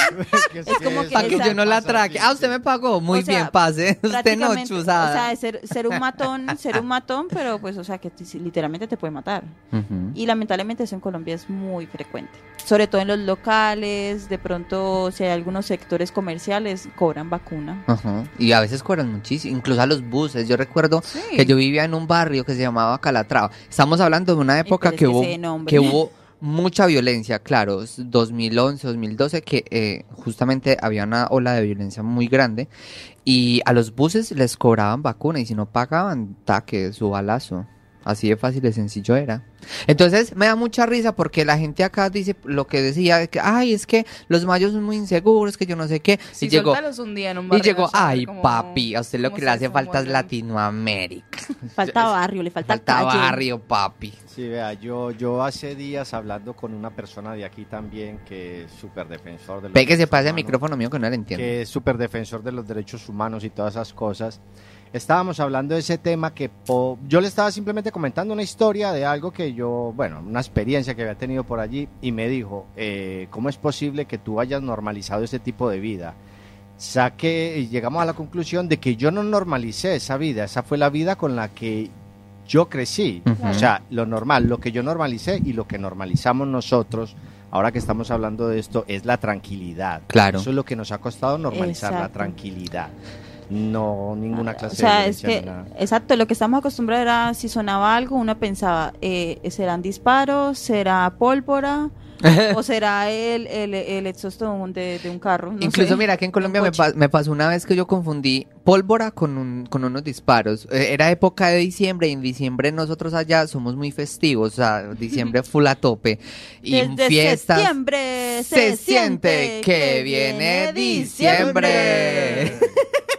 Speaker 3: Que
Speaker 2: Es como
Speaker 3: usted-
Speaker 2: que
Speaker 1: Para que yo no la
Speaker 3: pasa,
Speaker 1: atraque.
Speaker 3: sí,
Speaker 1: Ah, usted
Speaker 3: sí.
Speaker 1: me pagó. Muy
Speaker 2: O sea,
Speaker 1: bien, pase. Usted no,
Speaker 2: prácticamente,
Speaker 1: chuzada.
Speaker 2: O sea, es ser, ser un matón, ser un matón, pero pues o sea que t- literalmente te puede matar.
Speaker 1: Ujú.
Speaker 2: Y lamentablemente eso en Colombia es muy frecuente. Sobre todo en los locales, de pronto si hay algunos sectores comerciales cobran vacuna.
Speaker 1: Ajá. Y a veces cobran muchísimo, incluso a los buses. Yo recuerdo
Speaker 4: Sí.
Speaker 1: que yo vivía en un barrio que se llamaba Calatrava. Estamos hablando de una época
Speaker 2: pero es
Speaker 1: que
Speaker 2: que
Speaker 1: hubo,
Speaker 2: ese nombre.
Speaker 1: que hubo mucha violencia, claro, es 2011, 2012, que eh, justamente había una ola de violencia muy grande y a los buses les cobraban vacuna y si no pagaban, taque, su balazo. Así de fácil de sencillo era. Entonces me da mucha risa porque la gente acá dice lo que decía, de que, ay, es que los mayos son muy inseguros, que yo no sé qué.
Speaker 4: Si
Speaker 1: y llegó,
Speaker 4: soltaros un día en un
Speaker 1: y
Speaker 4: barrio
Speaker 1: llegó,
Speaker 4: allá, a ver
Speaker 1: ay
Speaker 4: cómo-
Speaker 1: papi, a usted lo
Speaker 4: cómo
Speaker 1: que
Speaker 4: se
Speaker 1: le hace falta es
Speaker 4: desenvuelven".
Speaker 1: Latinoamérica.
Speaker 2: Falta barrio, le falta,
Speaker 1: Falta
Speaker 2: calle.
Speaker 1: barrio, papi.
Speaker 3: Sí, vea, yo, yo hace días hablando con una persona de aquí también que es súper defensor de los
Speaker 1: Pégese,
Speaker 3: derechos
Speaker 1: pase el
Speaker 3: humanos,
Speaker 1: micrófono mío que no le entiendo.
Speaker 3: Que es súper defensor de los derechos humanos y todas esas cosas. Estábamos hablando de ese tema que po- yo le estaba simplemente comentando una historia de algo que yo, bueno, una experiencia que había tenido por allí y me dijo, eh, ¿cómo es posible que tú hayas normalizado ese tipo de vida? Saque, y llegamos a la conclusión de que yo no normalicé esa vida, esa fue la vida con la que yo crecí.
Speaker 1: Ujú.
Speaker 3: O sea, lo normal, lo que yo normalicé y lo que normalizamos nosotros, ahora que estamos hablando de esto, es la tranquilidad.
Speaker 1: Claro.
Speaker 3: Eso es lo que nos ha costado normalizar la
Speaker 2: Exacto. Ah,
Speaker 3: tranquilidad. No ninguna clase
Speaker 2: o sea,
Speaker 3: de
Speaker 2: es
Speaker 3: violencia
Speaker 2: que,
Speaker 3: ni nada.
Speaker 2: exacto, lo que estamos acostumbrados era, si sonaba algo, uno pensaba, eh, ¿serán disparos? ¿Será pólvora? ¿O será el, el, el exhausto de un- de, de un carro? No
Speaker 1: Incluso,
Speaker 2: sé.
Speaker 1: mira, que en Colombia
Speaker 2: Un
Speaker 1: me,
Speaker 2: coche.
Speaker 1: pa- me pasó una vez que yo confundí pólvora con, un- con unos disparos. Eh, Era época de diciembre y en diciembre nosotros allá somos muy festivos. O sea, diciembre full a tope. Y
Speaker 2: Desde
Speaker 1: fiestas.
Speaker 2: septiembre
Speaker 1: se siente que viene diciembre.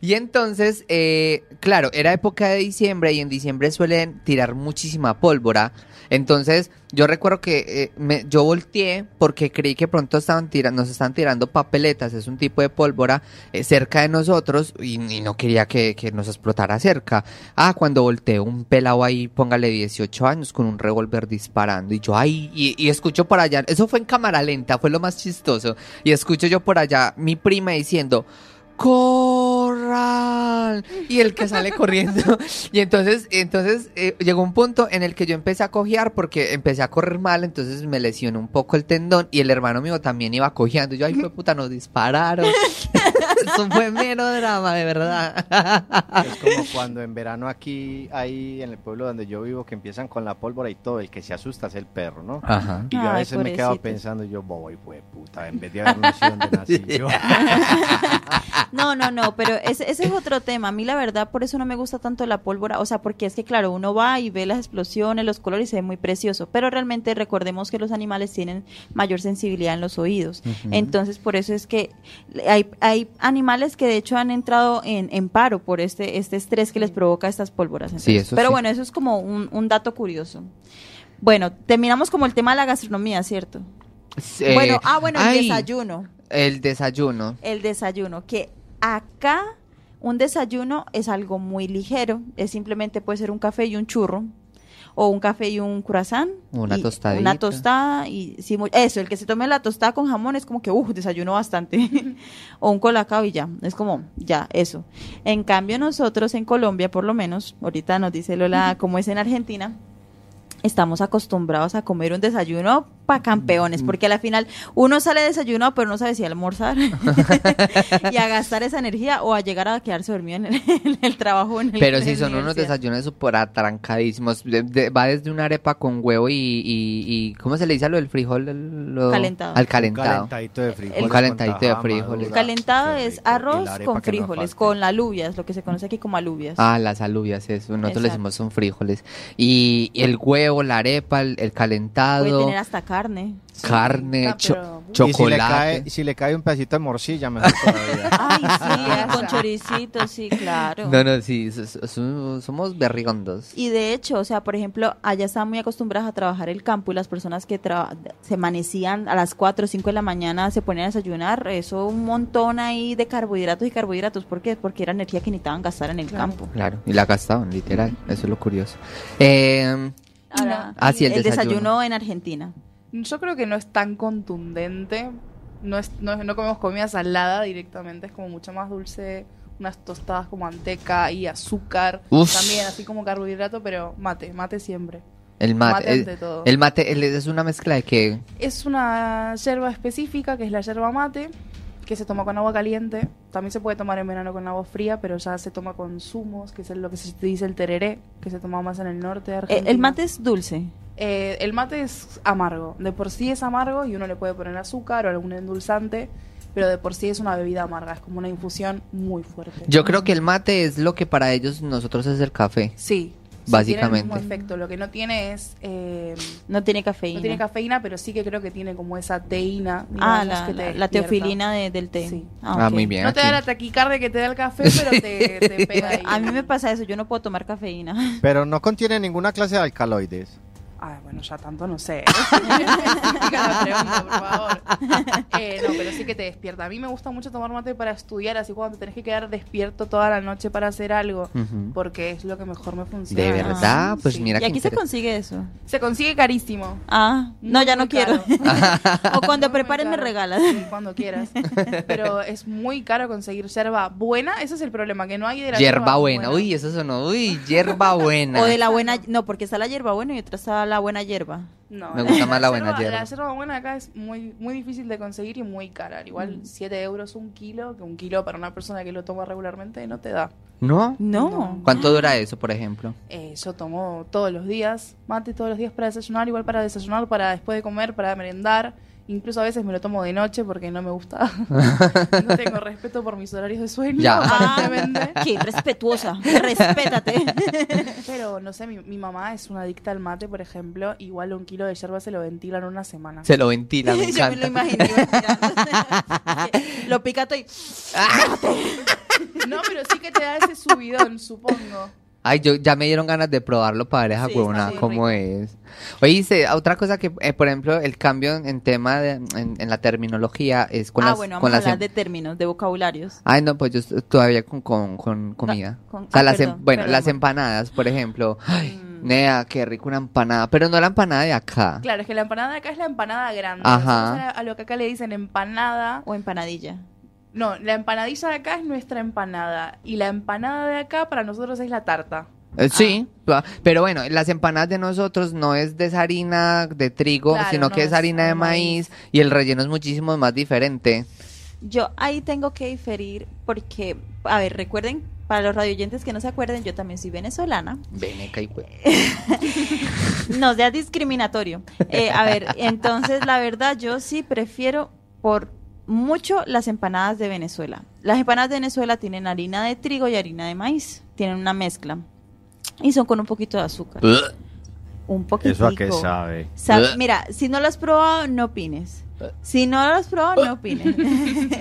Speaker 1: Y entonces, eh, claro, era época de diciembre y en diciembre suelen tirar muchísima pólvora. Entonces, yo recuerdo que eh, me- yo volteé porque creí que pronto estaban tira- nos estaban tirando papeletas, es un tipo de pólvora, eh, cerca de nosotros y, y no quería que, que nos explotara cerca. Ah, cuando volteé un pelado ahí, póngale 18 años, con un revólver disparando. Y yo, ay, y, y escucho por allá, eso fue en cámara lenta, fue lo más chistoso. Y escucho yo por allá mi prima diciendo, corral y el que sale corriendo y entonces entonces eh, llegó un punto en el que yo empecé a cojear porque empecé a correr mal entonces me lesionó un poco el tendón y el hermano mío también iba cojeando yo ay fue puta nos dispararon eso fue mero drama de verdad
Speaker 2: Ah.
Speaker 3: Es como cuando en verano aquí, ahí en el pueblo donde yo vivo, que empiezan con la pólvora y todo, el que se asusta es el perro, ¿no?
Speaker 1: ajá
Speaker 3: Y yo a
Speaker 2: Ay,
Speaker 3: veces me quedaba
Speaker 2: pobrecito.
Speaker 3: pensando, yo, bobo, hijo de puta, en vez de haber nacido donde nací yo.
Speaker 2: No, no, no, pero ese, ese es otro tema. A mí la verdad por eso no me gusta tanto la pólvora, o sea, porque es que claro, uno va y ve las explosiones, los colores y se ve muy precioso, pero realmente recordemos que los animales tienen mayor sensibilidad en los oídos. Entonces, por eso es que hay, hay animales que de hecho han entrado en, en paro por este, este estrés que les provoca estas pólvoras.
Speaker 1: Sí, eso
Speaker 2: pero
Speaker 1: sí.
Speaker 2: bueno, eso es como un, un dato curioso. Bueno, terminamos como el tema de la gastronomía, ¿cierto?
Speaker 1: Eh,
Speaker 2: bueno, ah, bueno, el
Speaker 1: ay,
Speaker 2: desayuno
Speaker 1: el desayuno
Speaker 2: el desayuno, que acá un desayuno es algo muy ligero, es simplemente puede ser un café y un churro o un café y un croissant,
Speaker 1: Una
Speaker 2: y
Speaker 1: tostadita.
Speaker 2: una tostada y sí, mu- eso, el que se tome la tostada con jamón es como que uh, desayuno bastante o un colacao y ya, es como ya eso. En cambio nosotros en Colombia por lo menos, ahorita nos dice Lola cómo es en Argentina, estamos acostumbrados a comer un desayuno para campeones, porque a la final uno sale desayunado, pero no sabe si almorzar y a gastar esa energía o a llegar a quedarse dormido en el, en el trabajo. o En el,
Speaker 1: Pero
Speaker 2: en
Speaker 1: si
Speaker 2: la
Speaker 1: son unos
Speaker 2: universidad.
Speaker 1: desayunos súper atrancadísimos. De- de- va desde una arepa con huevo y, y- y- ¿Cómo se le dice a lo del frijol? El- lo-
Speaker 2: Calentado.
Speaker 1: Al calentado.
Speaker 3: Un calentadito de frijoles.
Speaker 2: El
Speaker 1: Un calentadito de frijoles.
Speaker 2: El calentado es arroz con frijoles, con
Speaker 3: la
Speaker 2: alubias, lo que se conoce aquí como alubias.
Speaker 1: Ah, las alubias, eso. Nosotros le
Speaker 2: Exacto.
Speaker 1: decimos son frijoles. Y, y el huevo, la arepa, el, el
Speaker 2: Puede
Speaker 1: calentado,
Speaker 2: tener hasta carne.
Speaker 1: carne,
Speaker 4: Ah,
Speaker 1: cho-
Speaker 4: pero-
Speaker 3: Y si le, cae,
Speaker 1: chocolate.
Speaker 3: si le cae un pedacito de morcilla, mejor todavía.
Speaker 2: Ay,
Speaker 4: Ah,
Speaker 2: sí, con
Speaker 4: esa.
Speaker 2: choricito, sí, claro.
Speaker 1: No, no, sí, so- so- so- somos berrigondos.
Speaker 2: Y de hecho, o sea, por ejemplo, allá están muy acostumbradas a trabajar el campo y las personas que traba- se amanecían a las 4 o 5 de la mañana se ponían a desayunar, eso un montón ahí de carbohidratos y carbohidratos. ¿Por qué? Porque era energía que necesitaban gastar en el
Speaker 4: Claro.
Speaker 2: campo.
Speaker 1: Claro, y la gastaban, literal. Eso es lo curioso. Eh,
Speaker 2: Ahora,
Speaker 1: Ah, sí, el desayuno.
Speaker 2: en Argentina.
Speaker 4: Yo creo que no es tan contundente. No, es, no, es- no comemos comida salada directamente, es como mucho más dulce. Unas tostadas con manteca y azúcar.
Speaker 1: Uf.
Speaker 4: También, así como carbohidrato, pero mate, mate siempre.
Speaker 1: el mate.
Speaker 4: Mate
Speaker 1: el-
Speaker 4: ante todo.
Speaker 1: el mate el- es una mezcla de que.
Speaker 4: Es una hierba específica, que es la hierba mate, que se toma con agua caliente. También se puede tomar en verano con agua fría, pero ya se toma con zumos, que es lo que se dice el tereré, que se toma más en el norte de
Speaker 2: Eh,
Speaker 4: Argentina.
Speaker 2: el mate es dulce.
Speaker 4: Eh, el mate es amargo, de por sí es amargo y uno le puede poner azúcar o algún endulzante, pero de por sí es una bebida amarga, es como una infusión muy fuerte.
Speaker 1: Yo creo que el mate es lo que para ellos nosotros es el café.
Speaker 4: Sí, sí,
Speaker 1: Básicamente.
Speaker 4: tiene el mismo efecto, lo que no tiene es... eh,
Speaker 2: No tiene cafeína.
Speaker 4: no tiene cafeína, pero sí que creo que tiene como esa teína.
Speaker 2: Ah,
Speaker 4: digamos,
Speaker 2: la,
Speaker 4: que te
Speaker 2: la- la
Speaker 4: despierta.
Speaker 2: teofilina de- del té.
Speaker 4: Sí.
Speaker 1: Ah,
Speaker 2: ok.
Speaker 1: muy bien.
Speaker 4: No te da
Speaker 1: aquí.
Speaker 4: la taquicardia que te da el café, pero te, te pega ahí.
Speaker 2: A mí me pasa eso, yo no puedo tomar cafeína.
Speaker 3: Pero no contiene ninguna clase de alcaloides.
Speaker 4: Ay, Ah, bueno, ya tanto no sé. Especifica la pregunta, por favor. Eh, no, pero sí que te despierta. A mí me gusta mucho tomar mate para estudiar, así cuando te tenés que quedar despierto toda la noche para hacer algo,
Speaker 1: Ujú.
Speaker 4: porque es lo que mejor me funciona.
Speaker 1: Mm.
Speaker 4: Ah,
Speaker 1: De verdad, pues
Speaker 4: Sí.
Speaker 1: mira
Speaker 2: Y
Speaker 1: que
Speaker 2: aquí se consigue eso.
Speaker 4: Se consigue carísimo.
Speaker 2: Ah, no,
Speaker 4: Muy,
Speaker 2: ya no
Speaker 4: muy
Speaker 2: quiero.
Speaker 4: caro.
Speaker 2: o cuando
Speaker 4: Muy, muy
Speaker 2: preparen me
Speaker 4: caro.
Speaker 2: regalas.
Speaker 4: Sí, cuando quieras. Pero es muy caro conseguir yerba buena. Ese es el problema, que no hay de la
Speaker 1: Hierba buena. Uy, eso sonó. Uy, hierba buena.
Speaker 2: O de la buena, no, porque está la hierba buena y otra está la buena hierba.
Speaker 4: No,
Speaker 1: Me gusta más la buena
Speaker 4: yerba.
Speaker 1: yerba.
Speaker 4: La yerba buena acá es muy, muy difícil de conseguir y muy cara. Al
Speaker 1: Mm.
Speaker 4: Igual 7 euros un kilo, que un kilo para una persona que lo toma regularmente no te da.
Speaker 1: ¿No?
Speaker 2: No.
Speaker 1: ¿Cuánto dura eso, por ejemplo?
Speaker 4: Eh, yo tomo todos los días, mate todos los días para desayunar, igual para desayunar, para después de comer, para merendar. Incluso a veces me lo tomo de noche porque no me gusta. no tengo respeto por mis horarios de sueño,
Speaker 1: Ya.
Speaker 4: aparentemente.
Speaker 2: qué respetuosa. Respétate.
Speaker 4: Pero no sé, mi, mi mamá es una adicta al mate, por ejemplo. Igual un kilo de yerba se lo ventilan una semana.
Speaker 1: Se lo ventila, me
Speaker 2: Yo me
Speaker 1: encanta.
Speaker 2: lo imaginé. iba tirando. lo pica todo y.
Speaker 4: No, pero sí que te da ese subidón, supongo.
Speaker 1: Ay, yo, ya me dieron ganas de probarlo para ver esa
Speaker 2: Sí, está
Speaker 1: huevona
Speaker 2: muy
Speaker 1: cómo es. Oye, dice, otra cosa que, eh, por ejemplo, el cambio en tema, de, en, en la terminología es con
Speaker 2: ah,
Speaker 1: las...
Speaker 2: bueno,
Speaker 1: con
Speaker 2: vamos a
Speaker 1: las
Speaker 2: hablar
Speaker 1: em-
Speaker 2: de términos, de vocabularios.
Speaker 1: Ay, no, pues yo estoy todavía con, con, con comida.
Speaker 2: con-
Speaker 1: o sea,
Speaker 2: ah,
Speaker 1: las, em-
Speaker 2: perdón,
Speaker 1: bueno,
Speaker 2: perdón,
Speaker 1: las
Speaker 2: amor. Mm.
Speaker 1: empanadas, por ejemplo. Ay, nea, qué rico una empanada. Pero no la empanada de acá.
Speaker 4: Claro, es que la empanada de acá es la empanada grande.
Speaker 1: Ajá.
Speaker 4: O sea, a lo que acá le dicen empanada.
Speaker 2: O empanadilla.
Speaker 4: No, la empanadilla de acá es nuestra empanada. Y la empanada de acá para nosotros es la tarta.
Speaker 1: Eh, Sí,
Speaker 2: Ah.
Speaker 1: pa- pero bueno, las empanadas de nosotros no es de esa harina de trigo,
Speaker 4: Claro,
Speaker 1: sino
Speaker 4: no,
Speaker 1: que es
Speaker 4: es
Speaker 1: harina de
Speaker 4: de
Speaker 1: maíz
Speaker 4: maíz.
Speaker 1: y el relleno es muchísimo más diferente.
Speaker 2: Yo ahí tengo que diferir porque, a ver, recuerden, para los radioyentes que no se acuerden, yo también soy venezolana.
Speaker 1: Ven acá y pues.
Speaker 2: No sea discriminatorio. Eh, a ver, entonces la verdad yo sí prefiero por mucho las empanadas de Venezuela. Las empanadas de Venezuela tienen harina de trigo y harina de maíz, tienen una mezcla y son con un poquito de azúcar. Un poquito.
Speaker 3: ¿Eso a qué sabe?
Speaker 1: Bleh.
Speaker 2: mira, si no lo has probado, no opines. Si no lo has probado, no opines.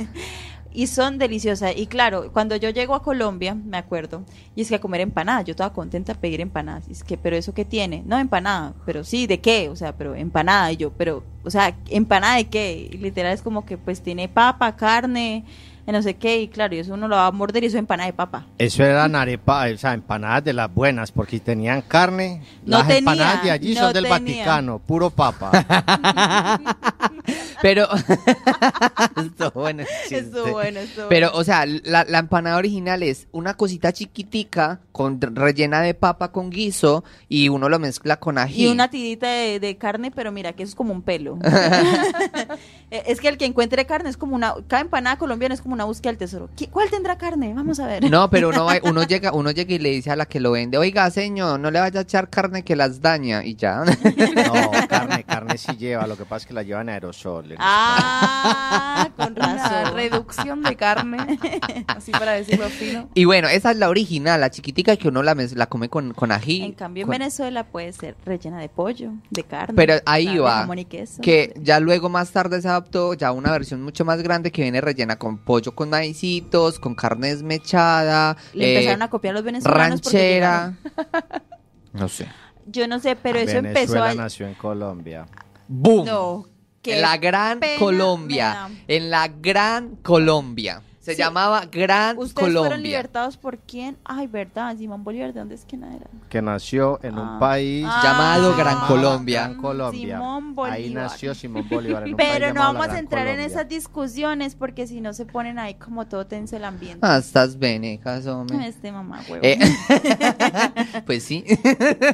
Speaker 2: y son deliciosas. Y claro, cuando yo llego a Colombia, me acuerdo, y es que a comer empanadas, yo estaba contenta de pedir empanadas. Y es que, pero eso qué tiene? No, empanada, pero sí, ¿de qué? O sea, pero empanada. Y yo, pero, o sea, ¿empanada de qué? Y literal es como que pues tiene papa, carne, no sé qué. Y claro, y eso uno lo va a morder y eso es empanada de papa.
Speaker 3: Eso eran arepas, o sea, empanadas de las buenas, porque tenían carne.
Speaker 2: No
Speaker 3: las
Speaker 2: tenía,
Speaker 3: empanadas de allí
Speaker 2: no
Speaker 3: son del
Speaker 2: tenía.
Speaker 3: Vaticano, puro papa.
Speaker 1: Pero. Estuvo bueno el
Speaker 2: Eso
Speaker 1: chiste.
Speaker 2: bueno, eso
Speaker 1: Pero, o sea, la, la empanada original es una cosita chiquitica con rellena de papa con guiso y uno lo mezcla con ají.
Speaker 2: Y una tirita de, de carne, pero mira, que eso es como un pelo. Eh, es que el que encuentre carne es como una. Cada empanada colombiana es como una búsqueda del tesoro. ¿Qui- ¿Cuál tendrá carne? Vamos a ver.
Speaker 1: No, pero uno, va- uno llega, uno llega y le dice a la que lo vende, oiga, señor, no le vaya a echar carne que las daña y ya.
Speaker 3: No, carne, carne sí lleva, lo que pasa es que la llevan aerosol. en
Speaker 2: Ah, con
Speaker 4: Una
Speaker 2: razón.
Speaker 4: reducción de carne. Así para decirlo fino.
Speaker 1: Y bueno, esa es la original, la chiquitica que uno la, mez- la come con, con ají.
Speaker 2: En cambio, en
Speaker 1: con-
Speaker 2: Venezuela puede ser rellena de pollo, de carne.
Speaker 1: Pero ahí
Speaker 2: de
Speaker 1: va,
Speaker 2: jamón y queso.
Speaker 1: Que ya luego más tarde se adaptó ya una versión mucho más grande que viene rellena con pollo con maicitos, con carne desmechada,
Speaker 2: Le
Speaker 1: eh,
Speaker 2: empezaron a copiar los venezolanos. porque
Speaker 1: ranchera. No sé.
Speaker 2: llegaron- Yo no sé, pero eso
Speaker 3: Venezuela
Speaker 2: empezó. a-
Speaker 3: nació en Colombia.
Speaker 1: ¡Boom!
Speaker 2: No. qué
Speaker 1: en la Gran
Speaker 2: pena me
Speaker 1: Colombia.
Speaker 2: da.
Speaker 1: En la Gran Colombia. Se
Speaker 2: Sí.
Speaker 1: llamaba Gran
Speaker 2: ¿Ustedes fueron
Speaker 1: Colombia.
Speaker 2: libertados por quién? Ay, verdad, Simón Bolívar, ¿de dónde es que era?
Speaker 3: Que nació en un
Speaker 2: Ah.
Speaker 3: país
Speaker 2: Ah.
Speaker 1: Llamado
Speaker 3: que se
Speaker 1: Gran
Speaker 3: llamaba
Speaker 1: Colombia.
Speaker 3: Gran Colombia.
Speaker 2: Simón
Speaker 3: Ahí
Speaker 2: Bolívar.
Speaker 3: nació Simón Bolívar. En un país
Speaker 2: Pero no
Speaker 3: llamado la
Speaker 2: vamos a
Speaker 3: Gran
Speaker 2: entrar en
Speaker 3: Colombia.
Speaker 2: esas discusiones porque si no se ponen ahí como todo tenso el ambiente.
Speaker 1: Ah, estás venecas,
Speaker 2: No,
Speaker 1: hombre.
Speaker 2: Este mamá huevo.
Speaker 1: Eh, pues sí.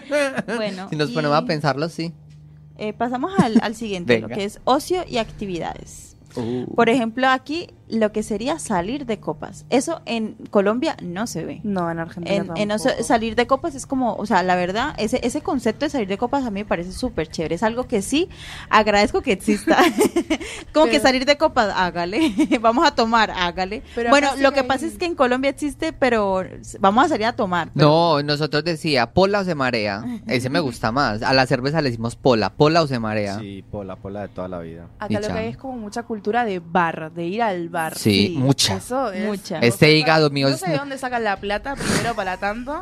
Speaker 2: Bueno,
Speaker 1: si nos
Speaker 2: y,
Speaker 1: ponemos a pensarlo, sí.
Speaker 2: eh, pasamos al, al siguiente, lo
Speaker 1: Venga.
Speaker 2: que es ocio y actividades.
Speaker 1: Uh.
Speaker 2: Por ejemplo, aquí lo que sería salir de copas. Eso en Colombia no se ve.
Speaker 4: No, en Argentina.
Speaker 2: En, en
Speaker 4: tampoco.
Speaker 2: oso- salir de copas es como, o sea, la verdad, ese, ese concepto de salir de copas a mí me parece súper chévere. Es algo que sí agradezco que exista. como que
Speaker 4: Pero-
Speaker 2: salir de copas, hágale. vamos a tomar, hágale.
Speaker 4: Pero
Speaker 2: bueno,
Speaker 4: acá sí
Speaker 2: lo que
Speaker 4: hay-
Speaker 2: pasa es que en Colombia existe, pero s- vamos a salir a tomar.
Speaker 1: No, nosotros decía pola o se marea. Ese me gusta más. A la cerveza le decimos pola, pola o se marea.
Speaker 3: Sí, pola, pola de toda la vida.
Speaker 1: Y
Speaker 4: Acá lo
Speaker 1: chao.
Speaker 4: que hay es como mucha cultura de bar, de ir al bar.
Speaker 1: Sí,
Speaker 2: Sí,
Speaker 1: mucha.
Speaker 4: Eso es.
Speaker 2: Mucha.
Speaker 1: Este hígado mío
Speaker 4: No
Speaker 1: es-
Speaker 4: sé de dónde sacan la plata, primero para tanto.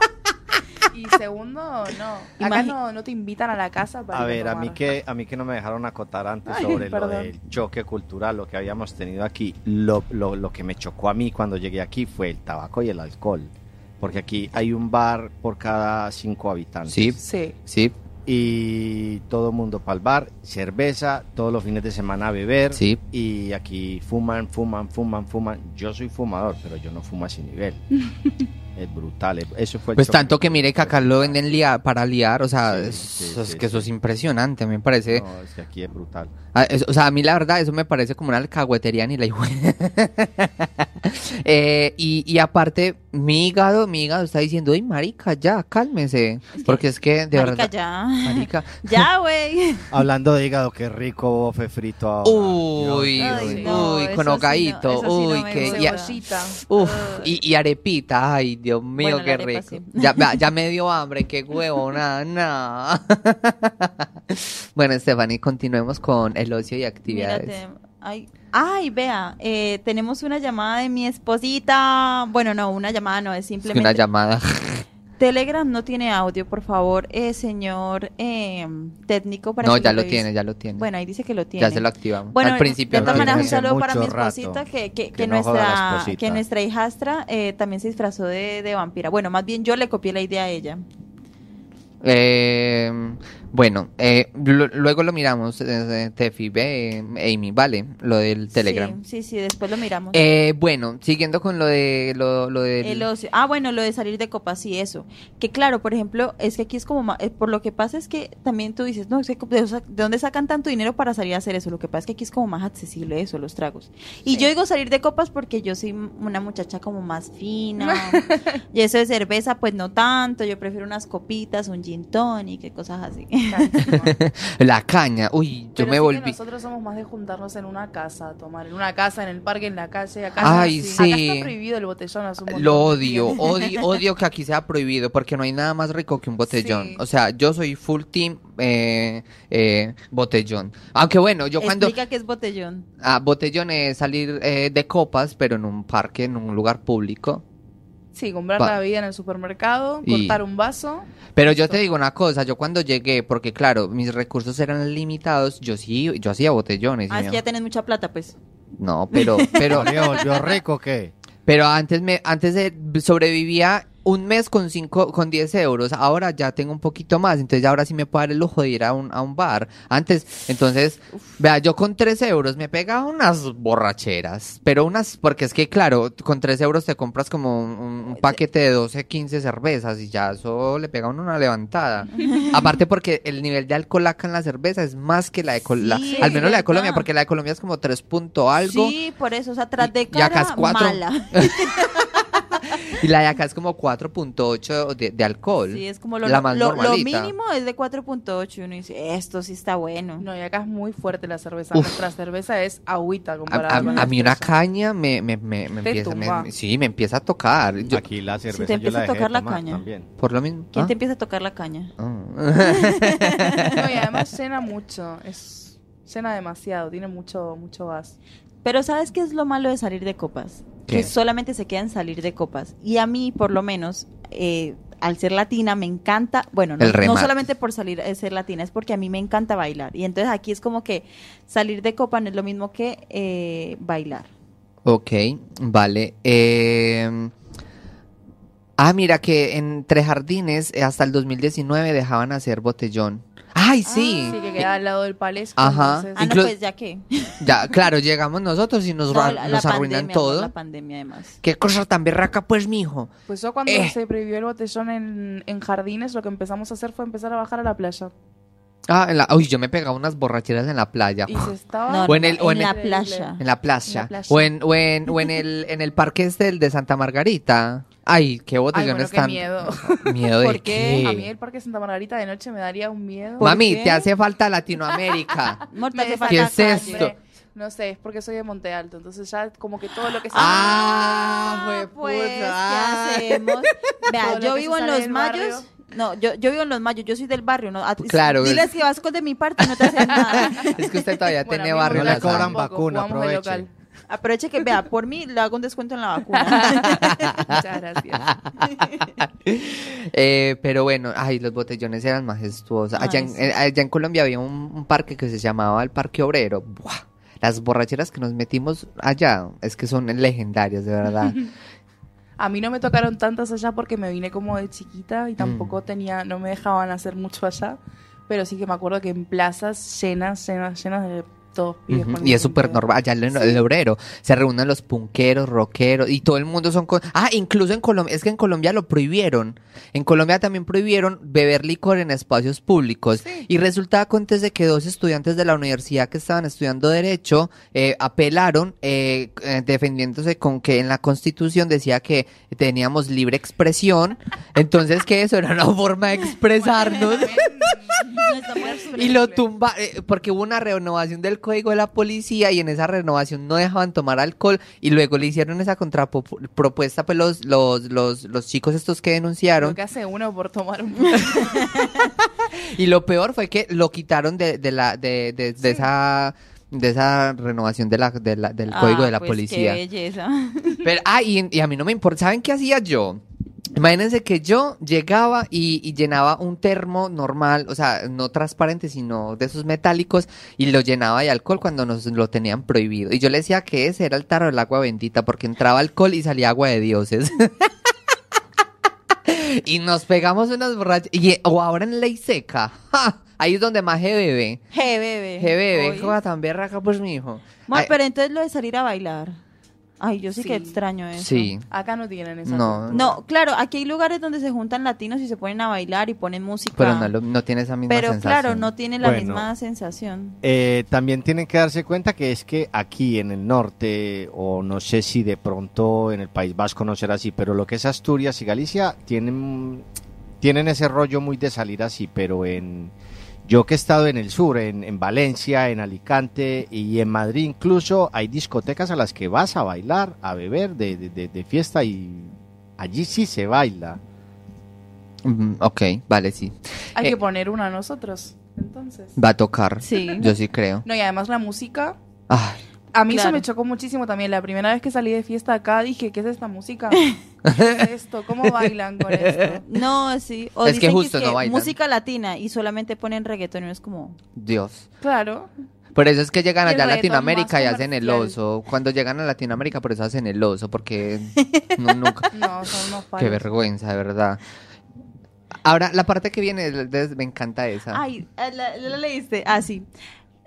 Speaker 4: Y segundo, no. Acá
Speaker 2: Imagi-
Speaker 4: no, no te invitan a la casa para.
Speaker 3: A
Speaker 4: ir
Speaker 3: ver, a
Speaker 4: tomar.
Speaker 3: mí que a mí que no me dejaron acotar antes
Speaker 4: Ay,
Speaker 3: sobre lo
Speaker 4: perdón.
Speaker 3: del choque cultural, lo que habíamos tenido aquí. Lo, lo- lo que me chocó a mí cuando llegué aquí fue el tabaco y el alcohol, porque aquí hay un bar por cada cinco habitantes.
Speaker 1: Sí,
Speaker 4: Sí.
Speaker 1: sí,
Speaker 3: Y todo el mundo para el bar, cerveza, todos los fines de semana a beber.
Speaker 1: sí.
Speaker 3: Y aquí fuman, fuman, fuman, fuman. Yo soy fumador, pero yo no fumo a ese nivel. es brutal. es- Eso fue el
Speaker 1: Pues
Speaker 3: choque
Speaker 1: tanto que mire que acá lo venden lia- para liar, o sea,
Speaker 3: Sí,
Speaker 1: es,
Speaker 3: sí,
Speaker 1: es
Speaker 3: sí,
Speaker 1: que eso es
Speaker 3: sí.
Speaker 1: impresionante, me parece.
Speaker 3: No, es que aquí es brutal.
Speaker 1: Ah, es- o sea, a mí la verdad eso me parece como una alcahuetería ni la hijo. Eh, y, y aparte, mi hígado, mi hígado está diciendo, ay, marica, ya, cálmese. Porque es que, de
Speaker 2: Marica,
Speaker 1: verdad,
Speaker 2: ya.
Speaker 1: marica,
Speaker 2: ya, güey.
Speaker 3: Hablando de hígado, qué rico bofe frito ahora.
Speaker 1: Uy,
Speaker 3: Dios
Speaker 4: Ay,
Speaker 1: uy,
Speaker 3: mío.
Speaker 4: no,
Speaker 1: uy,
Speaker 2: eso
Speaker 1: con
Speaker 2: sí no,
Speaker 1: hogadito,
Speaker 2: eso sí no
Speaker 1: uy,
Speaker 2: me
Speaker 1: que
Speaker 2: gusta.
Speaker 1: ya-
Speaker 4: Cebollita.
Speaker 1: Uf, y, y arepita, ay, Dios mío,
Speaker 2: Ah. Bueno, la
Speaker 1: qué
Speaker 2: arepa
Speaker 1: rico.
Speaker 2: sí.
Speaker 1: Ya, ya- ya me dio hambre, qué huevona, no. bueno, Stephanie, continuemos con el ocio y actividades.
Speaker 2: Mírate. Ay, ay, vea, eh, tenemos una llamada de mi esposita. Bueno, no, una llamada no, es
Speaker 1: Es que una
Speaker 2: simplemente.
Speaker 1: llamada.
Speaker 2: Telegram no tiene audio, por favor, eh, señor eh, técnico. Para
Speaker 1: No,
Speaker 2: que
Speaker 1: ya lo
Speaker 2: revise.
Speaker 1: tiene, ya lo tiene.
Speaker 2: Bueno, ahí dice que lo tiene.
Speaker 1: ya se lo activamos.
Speaker 2: Bueno,
Speaker 1: Al principio.
Speaker 2: de
Speaker 1: no
Speaker 2: todas
Speaker 3: tiene
Speaker 2: maneras, un
Speaker 1: tenía.
Speaker 3: hace
Speaker 2: saludo para mi
Speaker 3: mucho rato
Speaker 2: esposita, que, que, que
Speaker 3: que no joda la
Speaker 2: nuestra,
Speaker 3: esposita.
Speaker 2: que nuestra hijastra eh, también se disfrazó de, de vampira. Bueno, más bien yo le copié la idea a ella.
Speaker 1: Eh, bueno, eh, lo- luego lo miramos, eh, Tefi, ve, eh, Amy, vale, lo del Telegram.
Speaker 2: Sí, sí, sí, después lo miramos.
Speaker 1: Eh, bueno, siguiendo con lo de lo, lo del-
Speaker 2: El ocio. Ah, bueno, lo de salir de copas, sí, eso. Que claro, por ejemplo, es que aquí es como, ma- eh, por lo que pasa es que también tú dices, no, es que ¿de dónde sa- de dónde sacan tanto dinero para salir a hacer eso? Lo que pasa es que aquí es como más accesible eso, los tragos. Y yo digo salir de copas porque yo soy m- una muchacha como más fina. y eso de cerveza, pues no tanto. Yo prefiero unas copitas, un gin tonic, y cosas así.
Speaker 1: la caña. Uy, yo
Speaker 4: Pero
Speaker 1: me
Speaker 4: sí que
Speaker 1: volví.
Speaker 4: nosotros somos más de juntarnos en una casa a tomar, en una casa, en el parque, en la calle. Acá,
Speaker 1: Ay,
Speaker 4: no,
Speaker 1: sí.
Speaker 4: acá está prohibido el botellón. hace un montón
Speaker 1: Lo
Speaker 4: de
Speaker 1: odio,
Speaker 4: tiempo.
Speaker 1: odio, odio que aquí sea prohibido porque no hay nada más rico que un botellón.
Speaker 4: Sí.
Speaker 1: O sea, yo soy full team eh, eh, botellón. Aunque bueno, yo cuando
Speaker 2: Explica que es botellón.
Speaker 1: ah, botellón es salir eh, de copas, pero en un parque, en un lugar público.
Speaker 4: Sí, comprar
Speaker 1: Va.
Speaker 4: la bebida en el supermercado,
Speaker 1: Y-
Speaker 4: cortar un vaso.
Speaker 1: Pero yo
Speaker 4: Eso.
Speaker 1: te digo una cosa, yo cuando llegué, porque claro, mis recursos eran limitados, yo sí, yo hacía botellones. y
Speaker 2: Ah, es
Speaker 1: me-
Speaker 2: que ya tenés mucha plata, pues.
Speaker 1: No, pero, pero,
Speaker 3: ¿Le volvió rico qué?
Speaker 1: Pero antes me, antes eh, sobrevivía un mes con cinco, con 10 euros. Ahora ya tengo un poquito más. Entonces ahora sí me puedo dar el lujo de ir a un, a un bar. Antes, entonces, vea, yo con 3 euros me pegaba unas borracheras. Pero unas, porque es que claro, con 3 euros te compras como un, un- un paquete de 12, 15 cervezas y ya eso le pega a uno una levantada. Aparte porque el nivel de alcohol acá en la cerveza es más que la de Colombia.
Speaker 2: Sí,
Speaker 1: al menos la de
Speaker 2: ¿verdad?
Speaker 1: Colombia, porque la de Colombia es como 3 punto algo.
Speaker 2: Sí, por eso, o sea, tras
Speaker 1: Y-
Speaker 2: de
Speaker 1: y acá es
Speaker 2: cara,
Speaker 1: cuatro.
Speaker 2: mala.
Speaker 1: Y la de acá es como 4.8 de, de alcohol.
Speaker 2: Sí, es como lo,
Speaker 1: La más
Speaker 2: lo- lo
Speaker 1: normalita.
Speaker 2: mínimo es de 4.8 y uno dice, esto sí está bueno.
Speaker 4: No, y acá es muy fuerte la cerveza.
Speaker 1: Uf.
Speaker 4: Nuestra cerveza es agüita
Speaker 1: A,
Speaker 4: comparada
Speaker 1: a-
Speaker 4: con
Speaker 1: a
Speaker 4: la
Speaker 1: mí una
Speaker 4: tuya.
Speaker 1: caña me, me, me- me
Speaker 4: Te
Speaker 1: empieza, me-
Speaker 4: tumba.
Speaker 1: me- sí, me empieza a tocar. Yo-
Speaker 3: Aquí la cerveza
Speaker 2: te
Speaker 3: yo
Speaker 2: empieza
Speaker 3: la
Speaker 2: a
Speaker 3: dejé de
Speaker 2: tocar la
Speaker 3: tomar
Speaker 2: caña.
Speaker 3: También.
Speaker 1: por lo mismo.
Speaker 2: ¿Quién
Speaker 1: ¿ah?
Speaker 2: te empieza a tocar la caña?
Speaker 1: Ah.
Speaker 4: No, y además llena mucho. Es, llena demasiado, tiene mucho, mucho gas.
Speaker 2: Pero ¿sabes qué es lo malo de salir de copas?
Speaker 1: ¿Qué?
Speaker 2: Que solamente se quedan salir de copas. Y a mí, por lo menos, eh, al ser latina, me encanta, bueno, no,
Speaker 1: El remate.
Speaker 2: no solamente por salir eh, ser latina, es porque a mí me encanta bailar. Y entonces aquí es como que salir de copa no es lo mismo que eh, bailar.
Speaker 1: ok, vale. Eh, ah, mira que en Tres Jardines eh, hasta el 2019 dejaban hacer botellón. ¡Ay, sí!
Speaker 4: Sí, que queda al lado del palesco.
Speaker 1: Ajá.
Speaker 4: entonces-
Speaker 2: Ah, no,
Speaker 1: Inclu-
Speaker 2: pues ya que.
Speaker 1: Ya, claro, llegamos nosotros y nos,
Speaker 2: No,
Speaker 1: ra-
Speaker 2: la- la
Speaker 1: nos arruinan
Speaker 2: pandemia, por
Speaker 1: todo.
Speaker 2: La pandemia, además.
Speaker 1: ¡Qué cosa tan berraca, pues, mijo!
Speaker 4: Pues yo cuando
Speaker 1: Eh.
Speaker 4: se prohibió el botellón en, en jardines, lo que empezamos a hacer fue empezar a bajar a la playa.
Speaker 1: Ah, en la- uy, yo me pegaba unas borracheras en la playa.
Speaker 4: Y se estaba...
Speaker 2: No,
Speaker 1: O en el- o en
Speaker 2: en la
Speaker 4: el-
Speaker 2: playa.
Speaker 1: En la playa.
Speaker 4: En la playa.
Speaker 1: O, en, o, en, o en el, en el parque este el de Santa Margarita. Ay, qué
Speaker 4: Ay,
Speaker 1: botellón
Speaker 4: bueno, qué
Speaker 1: están.
Speaker 4: miedo.
Speaker 1: Miedo de
Speaker 4: ¿Por qué?
Speaker 1: qué?
Speaker 4: A mí el Parque Santa Margarita de noche me daría un miedo.
Speaker 1: Mami,
Speaker 4: ¿Por qué?
Speaker 1: te hace falta Latinoamérica.
Speaker 2: Morta,
Speaker 4: Me
Speaker 2: hace
Speaker 4: desata-
Speaker 1: ¿Qué
Speaker 2: falta
Speaker 1: es esto?
Speaker 2: calle.
Speaker 4: Hombre, No sé, es porque soy de Monte Alto, entonces ya como que todo lo que...
Speaker 1: ah,
Speaker 2: pues,
Speaker 1: jueputa,
Speaker 2: ¿qué
Speaker 1: ah.
Speaker 2: hacemos? Vea,
Speaker 4: Todo lo
Speaker 2: yo
Speaker 4: que
Speaker 2: vivo
Speaker 4: se
Speaker 2: en
Speaker 4: sale
Speaker 2: los
Speaker 4: del
Speaker 2: mayos. No, yo, yo vivo en los mayos, yo soy del barrio. ¿no? A-
Speaker 1: Pues Claro,
Speaker 2: Diles
Speaker 1: es-
Speaker 2: que vas con de mi parte y no te hacen nada.
Speaker 1: Es que usted todavía
Speaker 4: Bueno,
Speaker 1: tiene
Speaker 4: a mí
Speaker 1: barrio
Speaker 4: no
Speaker 3: le
Speaker 1: la
Speaker 3: cobran
Speaker 1: sangre.
Speaker 4: tampoco,
Speaker 3: vacuna,
Speaker 4: jugamos de
Speaker 3: aproveche.
Speaker 4: local.
Speaker 2: Aproveche que, vea, por mí le hago un descuento en la vacuna.
Speaker 4: Muchas gracias.
Speaker 1: Eh, pero bueno, ay, los botellones eran majestuosos. Allá,
Speaker 2: Ay,
Speaker 1: en,
Speaker 2: sí.
Speaker 1: eh, allá en Colombia había un, un parque que se llamaba el Parque Obrero. Buah, las borracheras que nos metimos allá es que son legendarias, de verdad.
Speaker 4: A mí no me tocaron tantas allá porque me vine como de chiquita
Speaker 1: Mm.
Speaker 4: y tampoco tenía, no me dejaban hacer mucho allá, pero sí que me acuerdo que en plazas llenas, llenas, llenas de todos pibes
Speaker 1: Ujú,
Speaker 4: con
Speaker 1: Y es
Speaker 4: el
Speaker 1: súper
Speaker 4: punteo.
Speaker 1: normal, allá en el, el obrero se reúnen los punqueros, rockeros y todo el mundo son... co- Ah, incluso en Colombia, es que en Colombia lo prohibieron. En Colombia también prohibieron beber licor en espacios públicos. Y resulta acontece que dos estudiantes de la universidad que estaban estudiando derecho eh, apelaron eh, eh, defendiéndose con que en la constitución decía que teníamos libre expresión, entonces que eso era una forma de expresarnos. Y lo tumba, eh, porque hubo una renovación del código de la policía y en esa renovación no dejaban tomar alcohol y luego le hicieron esa contrapropuesta pues los, los, los, los chicos estos que
Speaker 4: Lo
Speaker 1: denunciaron
Speaker 4: que hace uno por tomar un
Speaker 1: y lo peor fue que lo quitaron de, de la de, de- de esa de esa renovación de la, de la- del
Speaker 2: Ah,
Speaker 1: código de la
Speaker 2: pues,
Speaker 1: policía.
Speaker 2: Qué belleza.
Speaker 1: Pero, ah, y, y a mí no me importa. ¿Saben qué hacía yo? Imagínense que yo llegaba y, y llenaba un termo normal, o sea, no transparente, sino de esos metálicos, y lo llenaba de alcohol cuando nos lo tenían prohibido. Y yo le decía que ese era el tarro del agua bendita, porque entraba alcohol y salía agua de dioses. y nos pegamos unas borrachas. y- O ahora en ley seca. ¡ja! Ahí es donde más se bebe.
Speaker 2: Je bebé.
Speaker 1: Se bebe.
Speaker 2: Oye.
Speaker 1: Joda tan berraca, pues, mijo.
Speaker 2: Mor,
Speaker 1: Ay,
Speaker 2: pero entonces lo de salir a bailar. Ay, yo sí, que
Speaker 4: Sí.
Speaker 2: extraño eso.
Speaker 1: Sí.
Speaker 4: Acá no tienen eso.
Speaker 1: No.
Speaker 2: No, claro, aquí hay lugares donde se juntan latinos y se ponen a bailar y ponen música.
Speaker 1: Pero no, lo- no tiene esa misma
Speaker 2: Ah. Pero
Speaker 1: sensación.
Speaker 2: claro, no tiene la
Speaker 3: Bueno.
Speaker 2: misma sensación.
Speaker 3: Eh, también tienen que darse cuenta que es que aquí en el norte, o no sé si de pronto en el País Vasco no será así, pero lo que es Asturias y Galicia tienen, tienen ese rollo muy de salir así, pero en... Yo que he estado en el sur, en, en Valencia, en Alicante y en Madrid incluso, hay discotecas a las que vas a bailar, a beber de, de- de- de fiesta y allí sí se baila.
Speaker 1: Mm, Ok, vale, sí.
Speaker 4: Hay
Speaker 1: Eh.
Speaker 4: que poner una a nosotros. Entonces.
Speaker 1: Va a tocar.
Speaker 2: Sí.
Speaker 1: Yo sí creo.
Speaker 4: No, y además la música.
Speaker 1: Ay,
Speaker 4: A mí eso
Speaker 2: Claro.
Speaker 4: me chocó muchísimo también. La primera vez que salí de fiesta acá dije, ¿qué es esta música? ¿Qué es esto? ¿Cómo bailan con esto?
Speaker 2: No, sí. O
Speaker 1: Es que
Speaker 2: dicen
Speaker 1: justo
Speaker 2: es
Speaker 1: no bailan.
Speaker 2: música latina y solamente ponen reggaetón y uno es como...
Speaker 1: Dios.
Speaker 4: Claro.
Speaker 1: Por eso es que llegan
Speaker 4: Y el
Speaker 1: allá a
Speaker 4: reggaetón
Speaker 1: Latinoamérica
Speaker 4: más
Speaker 1: y hacen el
Speaker 4: comercial.
Speaker 1: oso. Cuando llegan a Latinoamérica, por eso hacen el oso, porque no, nunca.
Speaker 4: No, son unos
Speaker 1: Qué
Speaker 4: fallos.
Speaker 1: vergüenza, de verdad. Ahora, la parte que viene, de- me encanta esa.
Speaker 2: Ay, eh, la, la leíste. Ah, sí.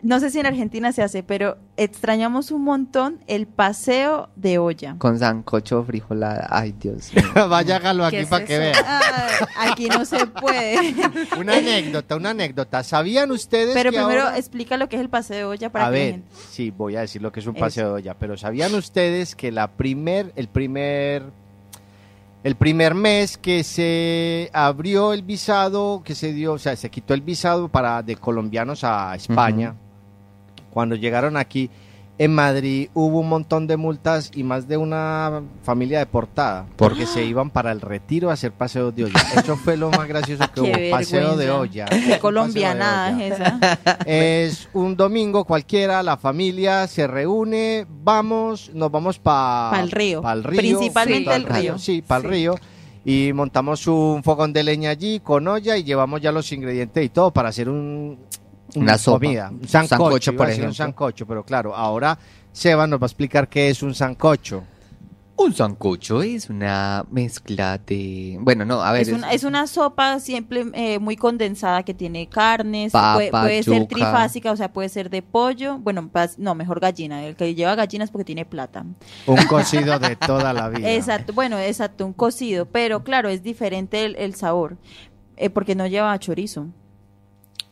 Speaker 2: No sé si en Argentina se hace, pero extrañamos un montón el paseo de olla.
Speaker 1: Con sancocho, frijolada. Ay, Dios mío.
Speaker 3: Vaya, hágalo
Speaker 4: ¿Qué
Speaker 3: aquí
Speaker 4: es
Speaker 3: para que
Speaker 4: eso?
Speaker 3: vean.
Speaker 2: Ay, Ah, aquí no se puede.
Speaker 3: Una anécdota, una anécdota. ¿Sabían ustedes
Speaker 2: Pero
Speaker 3: que
Speaker 2: primero
Speaker 3: ahora-
Speaker 2: explica lo que es el paseo de olla para
Speaker 3: a
Speaker 2: que la
Speaker 3: ver,
Speaker 2: gente-
Speaker 3: sí, voy a decir lo que es un
Speaker 2: Eso.
Speaker 3: paseo de olla, pero ¿sabían ustedes que la primer, el primer, el primer mes que se abrió el visado, que se dio, o sea, se quitó el visado para de colombianos a España, cuando llegaron aquí en Madrid hubo un montón de multas y más de una familia deportada
Speaker 1: ¿Por
Speaker 3: porque
Speaker 2: ¡Ah!
Speaker 3: se iban para el retiro a hacer paseos de olla. Eso fue lo más gracioso que
Speaker 2: Qué
Speaker 3: hubo, paseo de
Speaker 2: vergüenza.
Speaker 3: olla. Es un paseo
Speaker 2: Qué
Speaker 3: de
Speaker 2: colombiana
Speaker 3: olla.
Speaker 2: es esa.
Speaker 3: Es un domingo cualquiera, la familia se reúne, vamos, nos vamos para
Speaker 2: Pa'l río.
Speaker 3: Pa'l río
Speaker 2: Principalmente
Speaker 3: junto
Speaker 2: el
Speaker 3: al
Speaker 2: río.
Speaker 3: Sí, para el
Speaker 4: Sí.
Speaker 3: río. Y montamos un fogón de leña allí con olla y llevamos ya los ingredientes y todo para hacer un,
Speaker 1: Una sopa.
Speaker 3: comida. Un sancocho,
Speaker 1: Sancocho,
Speaker 3: iba
Speaker 1: por
Speaker 3: a decir un
Speaker 1: ejemplo.
Speaker 3: sancocho, pero claro, ahora Seba nos va a explicar qué es un sancocho.
Speaker 1: Un sancocho es una mezcla de. Bueno, no, a ver.
Speaker 2: Es una, es una sopa siempre eh, muy condensada que tiene carnes,
Speaker 1: Papa,
Speaker 2: puede, puede ser
Speaker 1: yuca.
Speaker 2: trifásica, o sea, puede ser de pollo, bueno, pas- no, mejor gallina, el que lleva gallinas porque tiene plata.
Speaker 3: Un cocido de toda la vida.
Speaker 2: Exacto, bueno, exacto, un cocido, pero claro, es diferente el, el sabor, eh, porque no lleva chorizo.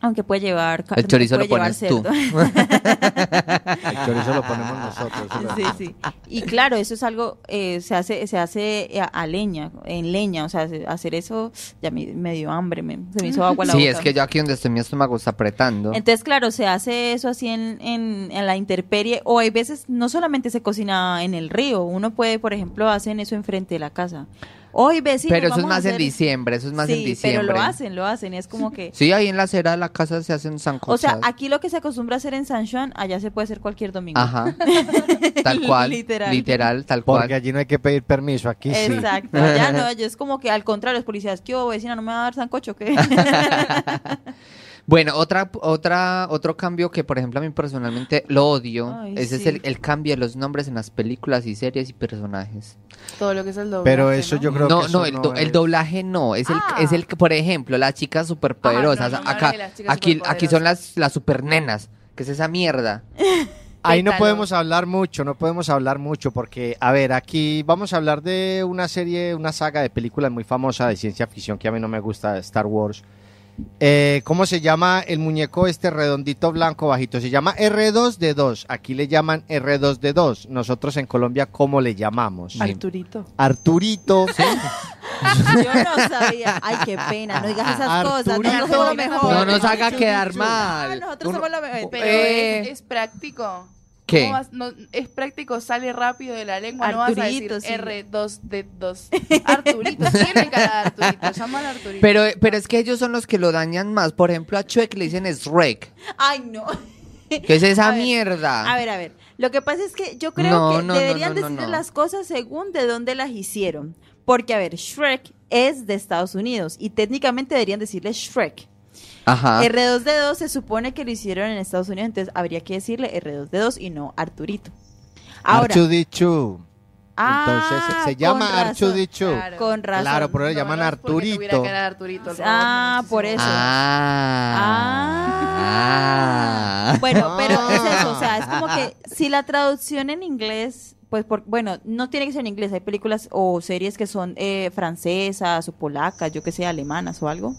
Speaker 2: Aunque puede llevar carne,
Speaker 1: El chorizo
Speaker 2: puede
Speaker 1: lo pones
Speaker 2: llevar
Speaker 1: tú.
Speaker 2: cerdo.
Speaker 3: El chorizo lo ponemos nosotros. eso lo-
Speaker 2: Sí, sí. Y claro, eso es algo, eh, se hace, se hace eh, a, leña, en leña, o sea, se- hacer eso ya me, me dio hambre, me, se me hizo agua la
Speaker 1: Sí,
Speaker 2: boca.
Speaker 1: es que yo aquí donde estoy, mi estómago está apretando.
Speaker 2: Entonces, claro, se hace eso así en, en, en la intemperie, o hay veces no solamente se cocina en el río, uno puede, por ejemplo, hacen eso enfrente de la casa. Hoy vecinos,
Speaker 1: pero eso es
Speaker 2: vamos a
Speaker 1: más en
Speaker 2: hacer-
Speaker 1: diciembre, eso es más
Speaker 2: sí,
Speaker 1: en diciembre.
Speaker 2: pero lo hacen, lo hacen, es como que...
Speaker 1: Sí, ahí en la acera de la casa se hacen sancochos.
Speaker 2: O sea, aquí lo que se acostumbra a hacer en San Juan, allá se puede hacer cualquier domingo.
Speaker 1: Ajá. Tal cual.
Speaker 2: Literal.
Speaker 1: literal. tal cual.
Speaker 3: Porque allí no hay que pedir permiso, aquí sí.
Speaker 2: Exacto, allá no, yo es como que al contrario, los policías, ¿qué hubo, vecina? ¿No me va a dar sancocho? ¿Qué?
Speaker 1: Bueno, otra, otra, otro cambio que, por ejemplo, a mí personalmente lo odio.
Speaker 2: Ay,
Speaker 1: ese es
Speaker 2: sí.
Speaker 1: el, el cambio de los nombres en las películas y series y personajes.
Speaker 4: Todo lo que es el doble.
Speaker 3: Pero eso yo creo
Speaker 1: no,
Speaker 3: que eso
Speaker 1: no, el, do- el
Speaker 3: es-
Speaker 1: doblaje no. Es el,
Speaker 2: Ah.
Speaker 1: es el que, por ejemplo, las chicas superpoderosas.
Speaker 4: Ah, no, no me
Speaker 1: acá,
Speaker 4: hable de las chicas
Speaker 1: aquí, aquí son
Speaker 4: superpoderosas.
Speaker 1: las, las supernenas. ¿Qué es esa mierda?
Speaker 3: Ahí no
Speaker 4: Pétalos.
Speaker 3: podemos hablar mucho, no podemos hablar mucho porque, a ver, aquí vamos a hablar de una serie, una saga de películas muy famosa de ciencia ficción que a mí no me gusta, Star Wars. Eh, ¿Cómo se llama el muñeco este redondito blanco bajito? Se llama R2D2, aquí le llaman R2D2. Nosotros en Colombia, ¿cómo le llamamos?
Speaker 4: Arturito.
Speaker 3: Arturito.
Speaker 2: Yo no sabía. Ay, qué pena, no digas esas cosas. Nosotros
Speaker 3: Arturito.
Speaker 2: somos lo mejor.
Speaker 1: No nos haga
Speaker 2: Chuchu,
Speaker 1: quedar
Speaker 2: chuchu.
Speaker 1: mal.
Speaker 2: Ah, nosotros
Speaker 1: Uno-
Speaker 2: somos lo mejor.
Speaker 4: Pero
Speaker 1: Eh.
Speaker 4: es, es práctico.
Speaker 1: ¿Qué?
Speaker 4: ¿Cómo vas- no, es práctico, sale rápido de la lengua. no vas a decir
Speaker 2: Arturito, sí.
Speaker 4: R2D2. Arturito, tiene cara de Arturito. Llámalo Arturito.
Speaker 1: Pero, pero es que ellos son los que lo dañan más. Por ejemplo, a Chuek le dicen Shrek.
Speaker 2: Ay, no.
Speaker 1: ¿Qué es esa
Speaker 2: A ver,
Speaker 1: mierda?
Speaker 2: A ver, a ver. Lo que pasa es que yo creo
Speaker 1: No,
Speaker 2: que
Speaker 1: no, no,
Speaker 2: deberían
Speaker 1: no, no,
Speaker 2: decirle
Speaker 1: no.
Speaker 2: las cosas según de dónde las hicieron. Porque, a ver, Shrek es de Estados Unidos y técnicamente deberían decirle Shrek.
Speaker 1: Ajá.
Speaker 2: R2D2 se supone que lo hicieron en Estados Unidos, entonces habría que decirle R2D2 y no Arturito. Ahora,
Speaker 3: Archudichu.
Speaker 2: ah,
Speaker 3: Entonces se- se
Speaker 2: con
Speaker 3: llama
Speaker 2: razón,
Speaker 3: Archudichu.
Speaker 4: Claro.
Speaker 2: Con razón.
Speaker 3: Claro, por eso le llaman
Speaker 4: es porque tuviera
Speaker 3: Arturito.
Speaker 4: cara de Arturito, el
Speaker 2: Ah,
Speaker 4: robot,
Speaker 2: por
Speaker 4: no, sí,
Speaker 2: eso.
Speaker 1: Ah.
Speaker 2: Ah. Bueno, pero
Speaker 3: Ah.
Speaker 2: es eso, o sea, es como que si la traducción en inglés, pues por, bueno, no tiene que ser en inglés, hay películas o series que son eh, francesas o polacas, yo que sé, alemanas o algo.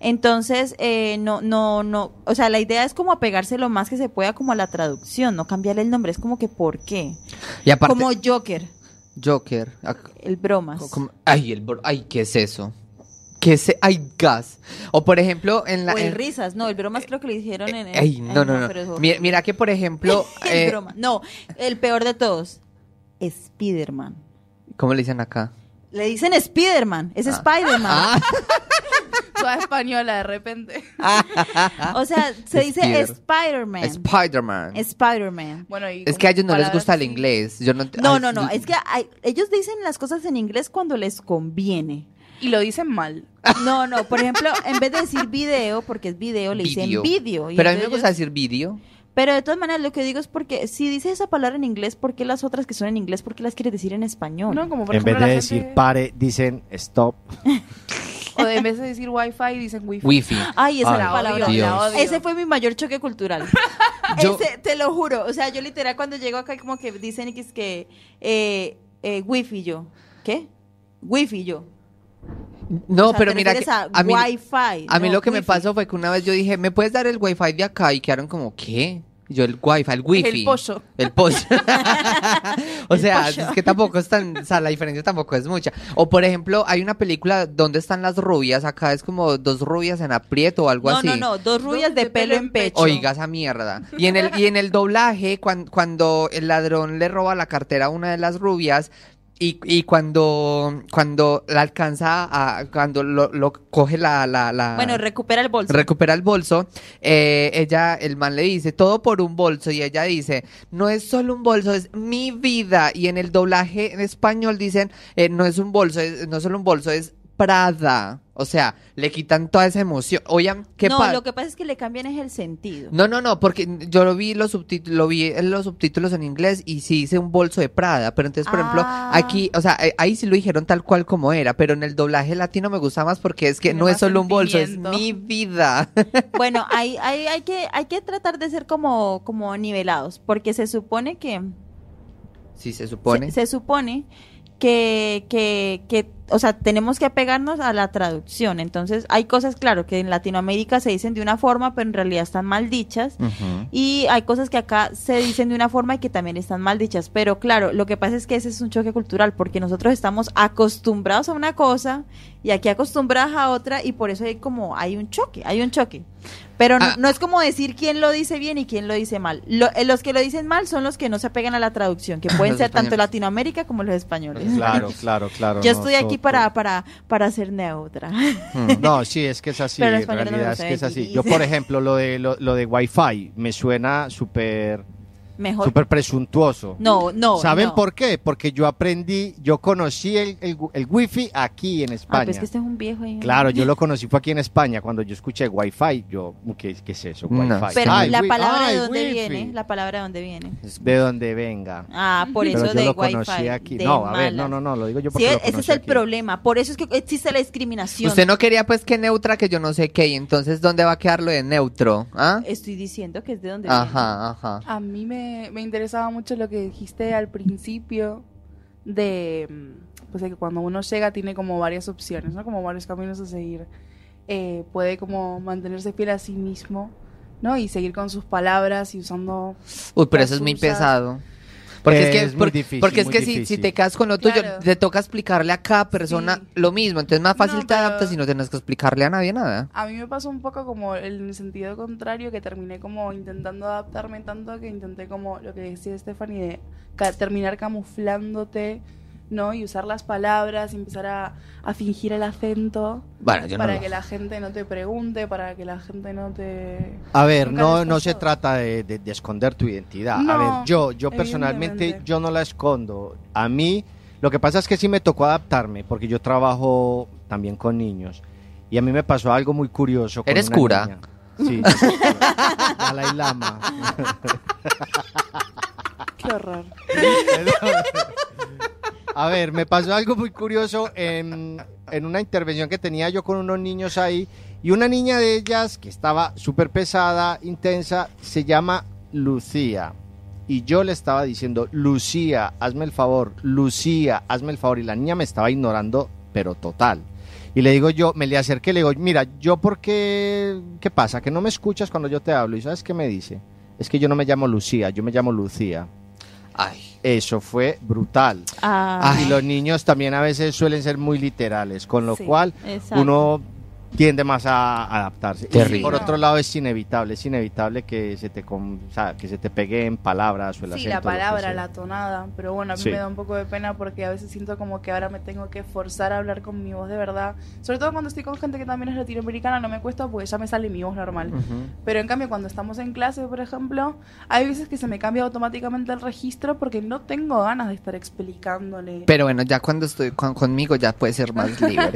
Speaker 2: Entonces, eh, no, no, no, o sea, la idea es como apegarse lo más que se pueda como a la traducción, no cambiarle el nombre, es como que ¿por qué?
Speaker 1: Y aparte,
Speaker 2: Como Joker,
Speaker 1: Joker. ah,
Speaker 2: el bromas.
Speaker 1: como- Ay, el bro- Ay, ¿qué es eso? ¿Qué es? e- Ay, gas. O por ejemplo, en la.
Speaker 2: o el
Speaker 1: en-
Speaker 2: risas, no, el bromas creo que lo dijeron en...
Speaker 1: eh, ay, no, no, no.
Speaker 2: pero es
Speaker 1: Mi-
Speaker 2: otro.
Speaker 1: Mira, que por ejemplo.
Speaker 2: El
Speaker 1: eh,
Speaker 2: broma. No, el peor de todos. Spider-Man.
Speaker 1: ¿Cómo le dicen acá?
Speaker 2: Le dicen Spider-Man. Es
Speaker 1: Ah.
Speaker 2: Spider-Man.
Speaker 1: Ah,
Speaker 4: Toda española de repente.
Speaker 2: O sea, se dice
Speaker 1: Ah. Spider.
Speaker 2: Spider-Man.
Speaker 1: Spider-man.
Speaker 2: Spider-Man.
Speaker 4: Bueno, y
Speaker 1: Es
Speaker 4: como
Speaker 1: que a ellos no les
Speaker 4: palabras
Speaker 1: gusta el
Speaker 4: así.
Speaker 1: inglés. Yo no, te-
Speaker 2: No,
Speaker 1: ay,
Speaker 2: no, no.
Speaker 1: l-
Speaker 2: Es que hay- ellos dicen las cosas en inglés cuando les conviene.
Speaker 4: Y lo dicen mal.
Speaker 2: No, no. Por ejemplo, en vez de decir video, porque es video, le dicen
Speaker 1: video.
Speaker 2: video. y
Speaker 1: Pero a mí me
Speaker 2: entonces
Speaker 1: gusta
Speaker 2: ellos-
Speaker 1: decir video.
Speaker 2: Pero de todas maneras, lo que digo es porque si dices esa palabra en inglés, ¿por qué las otras que son en inglés, por qué las quieres decir en español?
Speaker 4: No, como por
Speaker 3: En vez
Speaker 4: ejemplo
Speaker 3: de
Speaker 4: la
Speaker 3: decir
Speaker 4: gente-
Speaker 3: pare, dicen stop.
Speaker 4: O de- en vez de decir wifi, dicen wifi.
Speaker 1: Wifi.
Speaker 2: Ay, esa
Speaker 3: Ay,
Speaker 2: la palabra.
Speaker 1: Dios.
Speaker 2: Ese fue mi mayor choque cultural.
Speaker 1: Yo-
Speaker 2: Ese, te lo juro. O sea, yo literal cuando llego acá como que dicen que es que eh, eh, wifi yo. ¿Qué? Wifi yo.
Speaker 1: No,
Speaker 2: O sea,
Speaker 1: pero
Speaker 2: te
Speaker 1: mira
Speaker 2: refieres
Speaker 1: que
Speaker 2: a,
Speaker 1: a mí,
Speaker 2: wifi.
Speaker 1: a mí
Speaker 2: no,
Speaker 1: lo que me
Speaker 2: wifi.
Speaker 1: pasó fue que una vez yo dije, ¿me puedes dar el wifi de acá? Y quedaron como, ¿qué? Y Yo el wifi, el wifi.
Speaker 4: El pollo.
Speaker 1: El pollo. o
Speaker 2: El
Speaker 1: sea,
Speaker 2: pollo.
Speaker 1: es que tampoco es tan, o sea, la diferencia tampoco es mucha. O por ejemplo, hay una película, ¿Dónde están las rubias? Acá es como dos rubias en aprieto o algo
Speaker 2: No,
Speaker 1: así.
Speaker 2: no, no, dos rubias de, pelo en pecho.
Speaker 1: Oiga esa mierda. Y en el, y en el doblaje, cuan- cuando el ladrón le roba la cartera a una de las rubias, y, y cuando, cuando la alcanza a, cuando lo, lo coge la, la, la-
Speaker 2: Bueno, recupera el bolso.
Speaker 1: recupera el bolso, eh, ella, el man le dice, todo por un bolso, y ella dice, no es solo un bolso, es mi vida. Y en el doblaje en español dicen, eh, no es un bolso, es- no es solo un bolso, es Prada. O sea, le quitan toda esa emoción. Oigan, qué
Speaker 2: no,
Speaker 1: pa-
Speaker 2: lo que pasa es que le cambian es el sentido.
Speaker 1: no, no, no, porque yo lo vi los subtítulos, lo vi en los subtítulos en inglés y sí hice un bolso de Prada, pero entonces, por ejemplo,
Speaker 2: Ah.
Speaker 1: aquí, o sea, eh, ahí sí lo dijeron tal cual como era, pero en el doblaje latino me gusta más porque es que
Speaker 4: Tiene
Speaker 1: no es
Speaker 4: más
Speaker 1: solo un bolso, es
Speaker 4: sentimiento.
Speaker 1: mi vida.
Speaker 2: Bueno, hay, hay, hay, que, hay que tratar de ser como, como nivelados, porque se supone que...
Speaker 1: sí, se supone.
Speaker 2: Se, se supone que, que, que, o sea, tenemos que apegarnos a la traducción. Entonces, hay cosas, claro, que en Latinoamérica se dicen de una forma, pero en realidad están mal dichas.
Speaker 1: Ujú.
Speaker 2: Y hay cosas que acá se dicen de una forma y que también están mal dichas. Pero claro, lo que pasa es que ese es un choque cultural, porque nosotros estamos acostumbrados a una cosa y aquí acostumbrados a otra, y por eso hay como, hay un choque, hay un choque. Pero no,
Speaker 1: Ah.
Speaker 2: no es como decir quién lo dice bien y quién lo dice mal. Lo- eh, los que lo dicen mal son los que no se apegan a la traducción, que pueden
Speaker 1: Los
Speaker 2: ser tanto
Speaker 1: españoles.
Speaker 2: Latinoamérica como los españoles.
Speaker 3: Claro, claro, claro.
Speaker 2: Yo
Speaker 3: no,
Speaker 2: estoy aquí
Speaker 3: so-
Speaker 2: para, para, para ser neutra.
Speaker 3: Mm. No, sí, es que es así,
Speaker 2: Pero los
Speaker 3: en
Speaker 2: españoles no
Speaker 3: realidad
Speaker 2: lo
Speaker 3: es que es
Speaker 2: saben,
Speaker 3: así.
Speaker 2: Iris.
Speaker 3: Yo, por ejemplo, lo de lo, lo de Wi-Fi me suena súper
Speaker 2: Mejor.
Speaker 3: súper presuntuoso.
Speaker 2: No, no.
Speaker 3: ¿Saben
Speaker 2: no.
Speaker 3: por qué? Porque yo aprendí, yo conocí el, el, gu- el wifi aquí en
Speaker 2: Ah,
Speaker 3: España.
Speaker 2: pero es que este es un viejo ahí.
Speaker 3: Claro, yo lo conocí fue aquí en España, cuando yo escuché Wi-Fi, yo, ¿qué, qué es eso?
Speaker 1: No.
Speaker 3: Wi-Fi.
Speaker 2: Pero
Speaker 3: Ay,
Speaker 2: la
Speaker 3: wi-
Speaker 2: palabra
Speaker 3: ay,
Speaker 2: de dónde
Speaker 3: wifi.
Speaker 2: viene, la palabra de dónde viene.
Speaker 3: De donde venga.
Speaker 2: Ah, por
Speaker 3: Pero
Speaker 2: eso
Speaker 3: yo
Speaker 2: de
Speaker 3: lo
Speaker 2: wifi.
Speaker 3: conocí aquí.
Speaker 2: de
Speaker 3: No, a ver, no,
Speaker 2: malas.
Speaker 3: no, no, lo digo yo
Speaker 2: Sí,
Speaker 3: porque lo
Speaker 2: ese es
Speaker 3: conocí
Speaker 2: el
Speaker 3: aquí.
Speaker 2: problema. Por eso es que existe la discriminación.
Speaker 1: Usted no quería pues que neutra, que yo no sé qué, y entonces ¿dónde va a quedar lo de neutro? ¿Ah?
Speaker 2: Estoy diciendo que es de donde viene.
Speaker 1: Ajá, ajá.
Speaker 4: A mí me, me interesaba mucho lo que dijiste al principio de mm, pues de que cuando uno llega tiene como varias opciones, ¿no? Como varios caminos a seguir. Eh, puede como mantenerse fiel a sí mismo, ¿no? Y seguir con sus palabras y usando
Speaker 1: Uy, pero eso es
Speaker 4: las
Speaker 1: muy
Speaker 4: usas.
Speaker 1: pesado. Porque es, que,
Speaker 3: Eh, Es muy
Speaker 1: por-
Speaker 3: difícil,
Speaker 1: porque es
Speaker 3: muy
Speaker 1: que si,
Speaker 3: difícil.
Speaker 1: si te quedas con lo tuyo,
Speaker 4: Claro.
Speaker 1: te toca explicarle a cada persona
Speaker 4: Sí.
Speaker 1: lo mismo. Entonces más fácil
Speaker 4: No,
Speaker 1: te
Speaker 4: pero-
Speaker 1: adaptas y no tienes que explicarle a nadie nada.
Speaker 4: A mí me pasó un poco como en el sentido contrario, que terminé como intentando adaptarme tanto que intenté como lo que decía Stephanie de ca- terminar camuflándote ¿no? Y usar las palabras, y empezar a, a fingir el acento
Speaker 1: Bueno, yo no
Speaker 4: para
Speaker 1: lo-
Speaker 4: que la gente no te pregunte, para que la gente no te...
Speaker 3: A ver,
Speaker 4: Nunca
Speaker 3: no,
Speaker 4: les
Speaker 3: no
Speaker 4: pasó.
Speaker 3: se trata de, de- de esconder tu identidad. a
Speaker 4: No,
Speaker 3: ver, yo, yo personalmente,
Speaker 4: evidentemente.
Speaker 3: yo no la escondo. A mí, lo que pasa es que sí me tocó adaptarme, porque yo trabajo también con niños. Y a mí me pasó algo muy curioso. Con
Speaker 1: ¿Eres
Speaker 3: una
Speaker 1: cura?
Speaker 3: niña. Sí. yo soy cura. Dalai Lama.
Speaker 4: ¡Qué horror!
Speaker 3: A ver, me pasó algo muy curioso en, en una intervención que tenía yo con unos niños ahí y una niña de ellas que estaba súper pesada, intensa, se llama Lucía. Y yo le estaba diciendo, Lucía, hazme el favor, Lucía, hazme el favor. Y la niña me estaba ignorando, pero total. Y le digo yo, me le acerqué, le digo, mira, yo porque, ¿qué pasa? Que no me escuchas cuando yo te hablo. ¿Y sabes qué me dice? Es que yo no me llamo Lucía, yo me llamo Lucía.
Speaker 1: Ay.
Speaker 3: Eso fue brutal.
Speaker 2: Ah,
Speaker 3: Y los niños también a veces suelen ser muy literales, con lo
Speaker 4: Sí,
Speaker 3: cual
Speaker 2: exacto.
Speaker 3: uno tiende más a adaptarse.
Speaker 1: Terrible.
Speaker 3: Y por otro lado es inevitable, es inevitable que se te com- o sea, que se te pegue en palabras o el acento,
Speaker 4: Sí, la
Speaker 3: lo que
Speaker 4: palabra,
Speaker 3: sea.
Speaker 4: la tonada, pero bueno, a mí
Speaker 3: Sí.
Speaker 4: me da un poco de pena porque a veces siento como que ahora me tengo que forzar a hablar con mi voz de verdad, sobre todo cuando estoy con gente que también es latinoamericana, no me cuesta porque ya me sale mi voz normal. Pero en cambio, cuando estamos en clase, por ejemplo, hay veces que se me cambia automáticamente el registro porque no tengo ganas de estar explicándole.
Speaker 1: Pero bueno, ya cuando estoy con- conmigo ya puede ser más libre.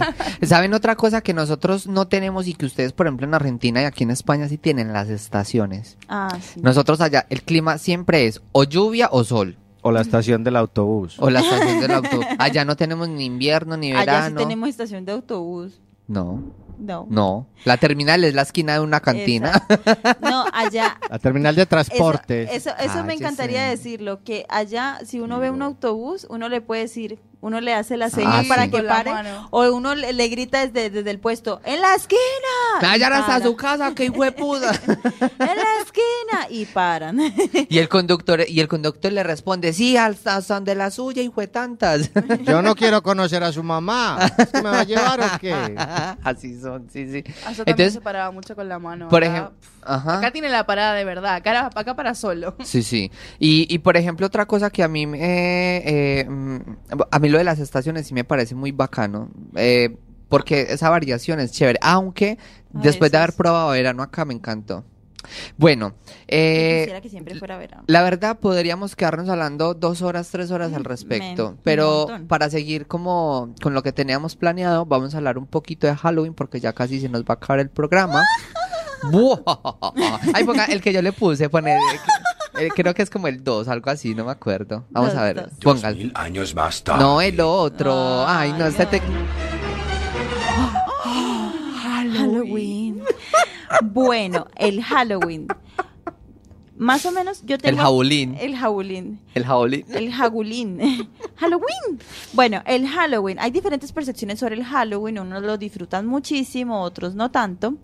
Speaker 1: ¿Saben otra cosa que nosotros no tenemos y que ustedes, por ejemplo, en Argentina y aquí en España sí tienen las estaciones?
Speaker 2: Ah, sí.
Speaker 1: Nosotros allá el clima siempre es o lluvia o sol,
Speaker 3: O la estación del autobús.
Speaker 1: o la estación del auto. Allá no tenemos ni invierno ni verano.
Speaker 2: Allá sí tenemos estación de autobús.
Speaker 1: No,
Speaker 2: No.
Speaker 1: no. La terminal es la esquina de una cantina.
Speaker 2: Exacto. No, allá.
Speaker 3: La terminal de
Speaker 2: Eso,
Speaker 3: transportes.
Speaker 2: eso, eso me
Speaker 1: Cállese.
Speaker 2: encantaría decirlo, que allá si uno ve un
Speaker 3: No.
Speaker 2: autobús, uno le puede decir, uno le hace
Speaker 3: Ah,
Speaker 2: la señal
Speaker 1: sí.
Speaker 2: para que
Speaker 4: Con la
Speaker 2: pare,
Speaker 4: mano.
Speaker 2: o uno le, le grita desde, desde el puesto, en la esquina,
Speaker 1: Vayan hasta
Speaker 2: Para.
Speaker 1: su casa, que hijo de puta.
Speaker 2: en la esquina, y paran.
Speaker 1: y el conductor y el conductor le responde, sí, hasta son de la suya, hijo de tantas.
Speaker 3: Yo no quiero conocer a su mamá. ¿Es que me va a llevar o qué?
Speaker 1: Así son, sí, sí.
Speaker 4: Allá también
Speaker 1: Entonces,
Speaker 4: se paraba mucho con la mano.
Speaker 1: Por
Speaker 4: acá,
Speaker 1: ejemplo, ¿ah?
Speaker 4: pf,
Speaker 1: ajá.
Speaker 4: Acá tiene la parada de verdad, acá, acá para solo.
Speaker 1: Sí, sí. Y, y, por ejemplo, otra cosa que a mí, me- eh, eh, mm, a mí lo de las estaciones sí me parece muy bacano, eh, porque esa variación es chévere, aunque
Speaker 2: A
Speaker 1: después de haber
Speaker 2: veces.
Speaker 1: probado verano acá me encantó. Bueno, eh,
Speaker 2: Quisiera que siempre fuera verano.
Speaker 1: la verdad podríamos quedarnos hablando dos horas, tres horas al respecto,
Speaker 2: Mm, men, un
Speaker 1: pero
Speaker 2: montón.
Speaker 1: para seguir como con lo que teníamos planeado, vamos a hablar un poquito de Halloween porque ya casi se nos va a acabar el programa. Buah. Ay, ponga el que yo le puse, pone, eh, creo que es como el 2, algo así, no me acuerdo. Vamos
Speaker 2: Dos,
Speaker 1: a ver,
Speaker 2: dos.
Speaker 1: póngalo.
Speaker 5: Mil años más tarde.
Speaker 1: No, el otro. Ay, no, este te...
Speaker 2: Halloween. bueno, el Halloween. Más o menos yo tengo...
Speaker 1: El jaulín.
Speaker 2: El jaulín.
Speaker 1: El jaulín.
Speaker 2: El jagulín. Halloween. Bueno, el Halloween. Hay diferentes percepciones sobre el Halloween. Unos lo disfrutan muchísimo, otros no tanto.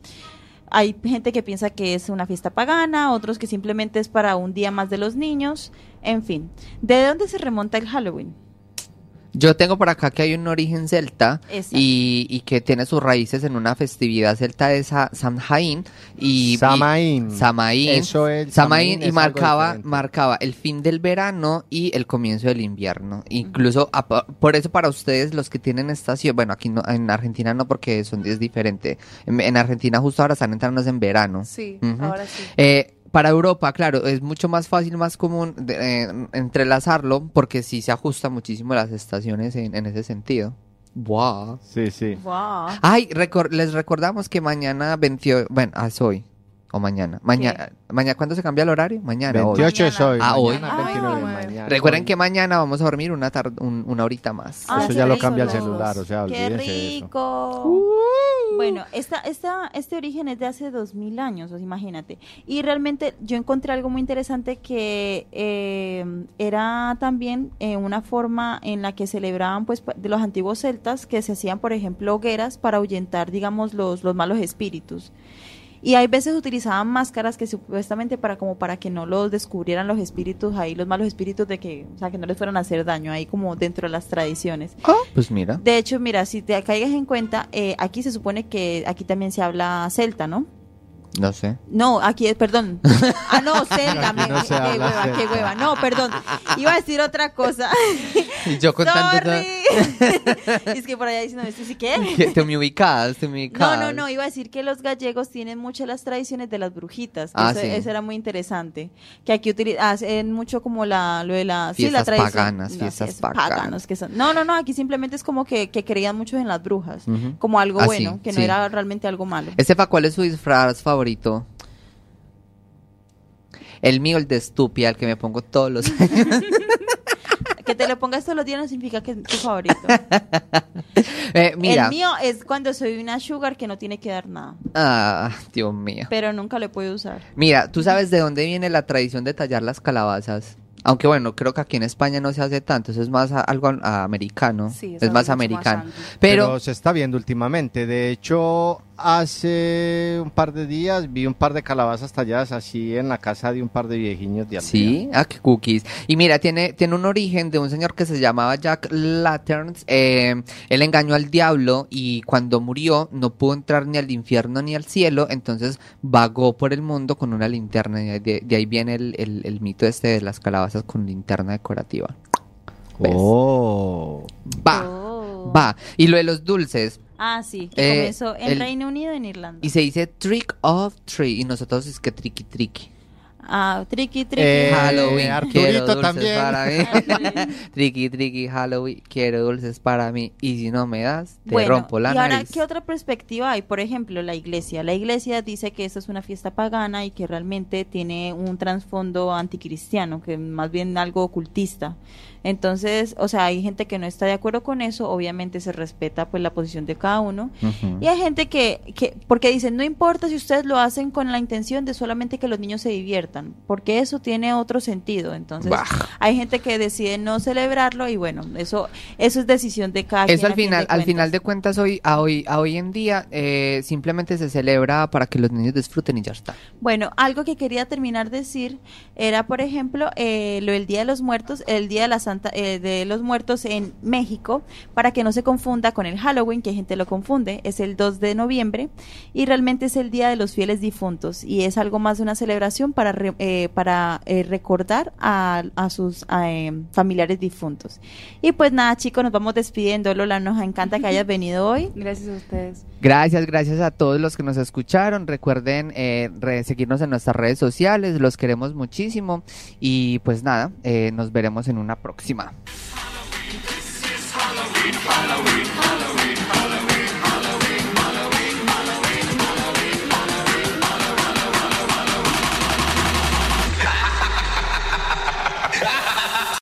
Speaker 2: Hay gente que piensa que es una fiesta pagana, otros que simplemente es para un día más de los niños. En fin, ¿de dónde se remonta el Halloween?
Speaker 1: Yo tengo por acá que hay un origen celta
Speaker 2: Exacto.
Speaker 1: y, y que tiene sus raíces en una festividad celta de Sa- Samhain y y-
Speaker 3: Samaín.
Speaker 1: Samaín.
Speaker 3: Eso es,
Speaker 1: Samaín
Speaker 3: Samaín
Speaker 1: y
Speaker 3: es algo
Speaker 1: marcaba,
Speaker 3: diferente.
Speaker 1: marcaba el fin del verano y el comienzo del invierno. Incluso a- por eso para ustedes los que tienen estación, bueno, aquí no, en Argentina no porque son, es diferente. En, en Argentina justo ahora están entrando en verano.
Speaker 4: Sí,
Speaker 1: Ujú.
Speaker 4: ahora sí.
Speaker 1: Eh, para Europa, claro, es mucho más fácil, más común de- eh, entrelazarlo porque sí se ajusta muchísimo las estaciones en, en ese sentido. ¡Wow!
Speaker 3: Sí, sí.
Speaker 2: Wow.
Speaker 1: Ay, recor- les recordamos que mañana 28, bueno, ah, es hoy, o mañana, mañana, mañana, ¿cuándo se cambia el horario? Mañana. hoy.
Speaker 3: 28 es hoy.
Speaker 1: Ah, hoy.
Speaker 3: mañana, 29 de mañana.
Speaker 1: Recuerden
Speaker 3: Hoy.
Speaker 1: que mañana vamos a dormir una, tar- un- una horita más.
Speaker 2: Ah,
Speaker 3: Eso
Speaker 2: qué
Speaker 3: ya lo
Speaker 2: rico,
Speaker 3: cambia el
Speaker 2: todos.
Speaker 3: celular, o sea,
Speaker 2: ¡Qué
Speaker 3: olvídense de eso.
Speaker 2: rico! Bueno, esta, esta, este origen es de hace 2000 años, os imagínate. Y realmente yo encontré algo muy interesante que eh, era también eh, una forma en la que celebraban pues pa- de los antiguos celtas que se hacían, por ejemplo, hogueras para ahuyentar, digamos, los, los malos espíritus. Y hay veces utilizaban máscaras que supuestamente para como para que no los descubrieran los espíritus ahí, los malos espíritus de que, o sea, que no les fueran a hacer daño ahí como dentro de las tradiciones.
Speaker 1: Ah, pues mira.
Speaker 2: De hecho, mira, si te caigas en cuenta, eh, aquí se supone que aquí también se habla celta, ¿no?
Speaker 1: No sé.
Speaker 2: No, aquí es, perdón. Ah, no, Zelda. me-
Speaker 3: no se
Speaker 2: qué
Speaker 3: habla
Speaker 2: hueva,
Speaker 3: celta.
Speaker 2: qué hueva. No, perdón. Iba a decir otra cosa.
Speaker 1: Y yo contando.
Speaker 2: Sorry. es que por allá diciendo, ¿esto sí qué?
Speaker 1: ¿Qué? Te me ubicas, te me
Speaker 2: No,
Speaker 1: ubicas.
Speaker 2: no, no, iba a decir que los gallegos tienen muchas las tradiciones de las brujitas. que
Speaker 1: Ah,
Speaker 2: eso,
Speaker 1: sí.
Speaker 2: eso era muy interesante. Que aquí utili- hacen mucho como la, lo de la, sí, la
Speaker 1: Fiestas
Speaker 2: tradición.
Speaker 1: paganas,
Speaker 2: no,
Speaker 1: fiestas
Speaker 2: sí, es
Speaker 1: paganas.
Speaker 2: que son. No, no, no, aquí simplemente es como que, que creían mucho en las brujas,
Speaker 1: Ujú.
Speaker 2: como algo
Speaker 1: Ah,
Speaker 2: bueno,
Speaker 1: sí,
Speaker 2: que no
Speaker 1: sí.
Speaker 2: era realmente algo malo.
Speaker 1: Estefa, ¿cuál es su disfraz favorito? El mío, el de estúpida, el que me pongo todos los años.
Speaker 2: Que te lo pongas todos los días no significa que es tu favorito.
Speaker 1: Eh, mira.
Speaker 2: El mío es cuando soy una sugar que no tiene que dar nada,
Speaker 1: Ah, Dios mío.
Speaker 2: pero nunca lo puedo usar.
Speaker 1: Mira, ¿tú sabes de dónde viene la tradición de tallar las calabazas? Aunque bueno, creo que aquí en España no se hace tanto, eso es más a- algo a- americano.
Speaker 4: Sí,
Speaker 1: es, más
Speaker 4: eso es mucho más
Speaker 1: americano.
Speaker 4: antes.
Speaker 1: pero,
Speaker 3: se está viendo últimamente. De hecho, hace un par de días vi un par de calabazas talladas así en la casa de un par de viejiños de
Speaker 1: Sí, ah, qué cookies. Y mira, tiene, tiene un origen de un señor que se llamaba Jack Laterns. eh, él engañó al diablo y cuando murió no pudo entrar ni al infierno ni al cielo, entonces vagó por el mundo con una linterna. Y de, de ahí viene el, el- el mito este de las calabazas con linterna decorativa. ¿Ves?
Speaker 3: Oh.
Speaker 1: Va,
Speaker 2: Oh.
Speaker 1: va. Y lo de los dulces.
Speaker 2: Ah, sí, que
Speaker 1: Eh,
Speaker 2: comenzó en
Speaker 1: el-
Speaker 2: Reino Unido y en Irlanda.
Speaker 1: Y se dice trick of tree. Y nosotros es que tricky tricky.
Speaker 2: Ah, tricky, tricky.
Speaker 3: Eh,
Speaker 1: Halloween.
Speaker 3: Arturito
Speaker 1: quiero dulces
Speaker 3: también.
Speaker 1: Para mí. triqui, triqui, Halloween. Quiero dulces para mí. Y si no me das, te este, rompo la
Speaker 2: y ahora,
Speaker 1: nariz.
Speaker 2: ¿qué otra perspectiva hay? Por ejemplo, la iglesia. La iglesia dice que esta es una fiesta pagana y que realmente tiene un trasfondo anticristiano, que más bien algo ocultista. Entonces, o sea, hay gente que no está de acuerdo con eso, obviamente se respeta pues la posición de cada uno.
Speaker 1: Ujú.
Speaker 2: Y hay gente que, que, porque dicen, no importa si ustedes lo hacen con la intención de solamente que los niños se diviertan, porque eso tiene otro sentido. Entonces,
Speaker 1: Bah.
Speaker 2: hay gente que decide no celebrarlo y bueno, eso, eso es decisión de cada
Speaker 1: Eso al
Speaker 2: quien, a fin de
Speaker 1: final, al
Speaker 2: cuentas.
Speaker 1: final de cuentas hoy, a hoy, a hoy en día, eh, simplemente se celebra para que los niños disfruten y ya está.
Speaker 2: Bueno, algo que quería terminar de decir era, por ejemplo, eh, lo del Día de los Muertos, el Día de la Santa eh, de los Muertos en México, para que no se confunda con el Halloween, que gente lo confunde, es el 2 de noviembre y realmente es el Día de los Fieles Difuntos y es algo más de una celebración para re- eh, para eh, recordar a, a sus a, eh, familiares difuntos. Y pues nada, chicos, nos vamos despidiendo. Lola, nos encanta que hayas venido hoy.
Speaker 4: Gracias a ustedes.
Speaker 1: Gracias, gracias a todos los que nos escucharon. Recuerden eh, re- seguirnos en nuestras redes sociales, los queremos muchísimo. Y pues nada, eh, nos veremos en una próxima.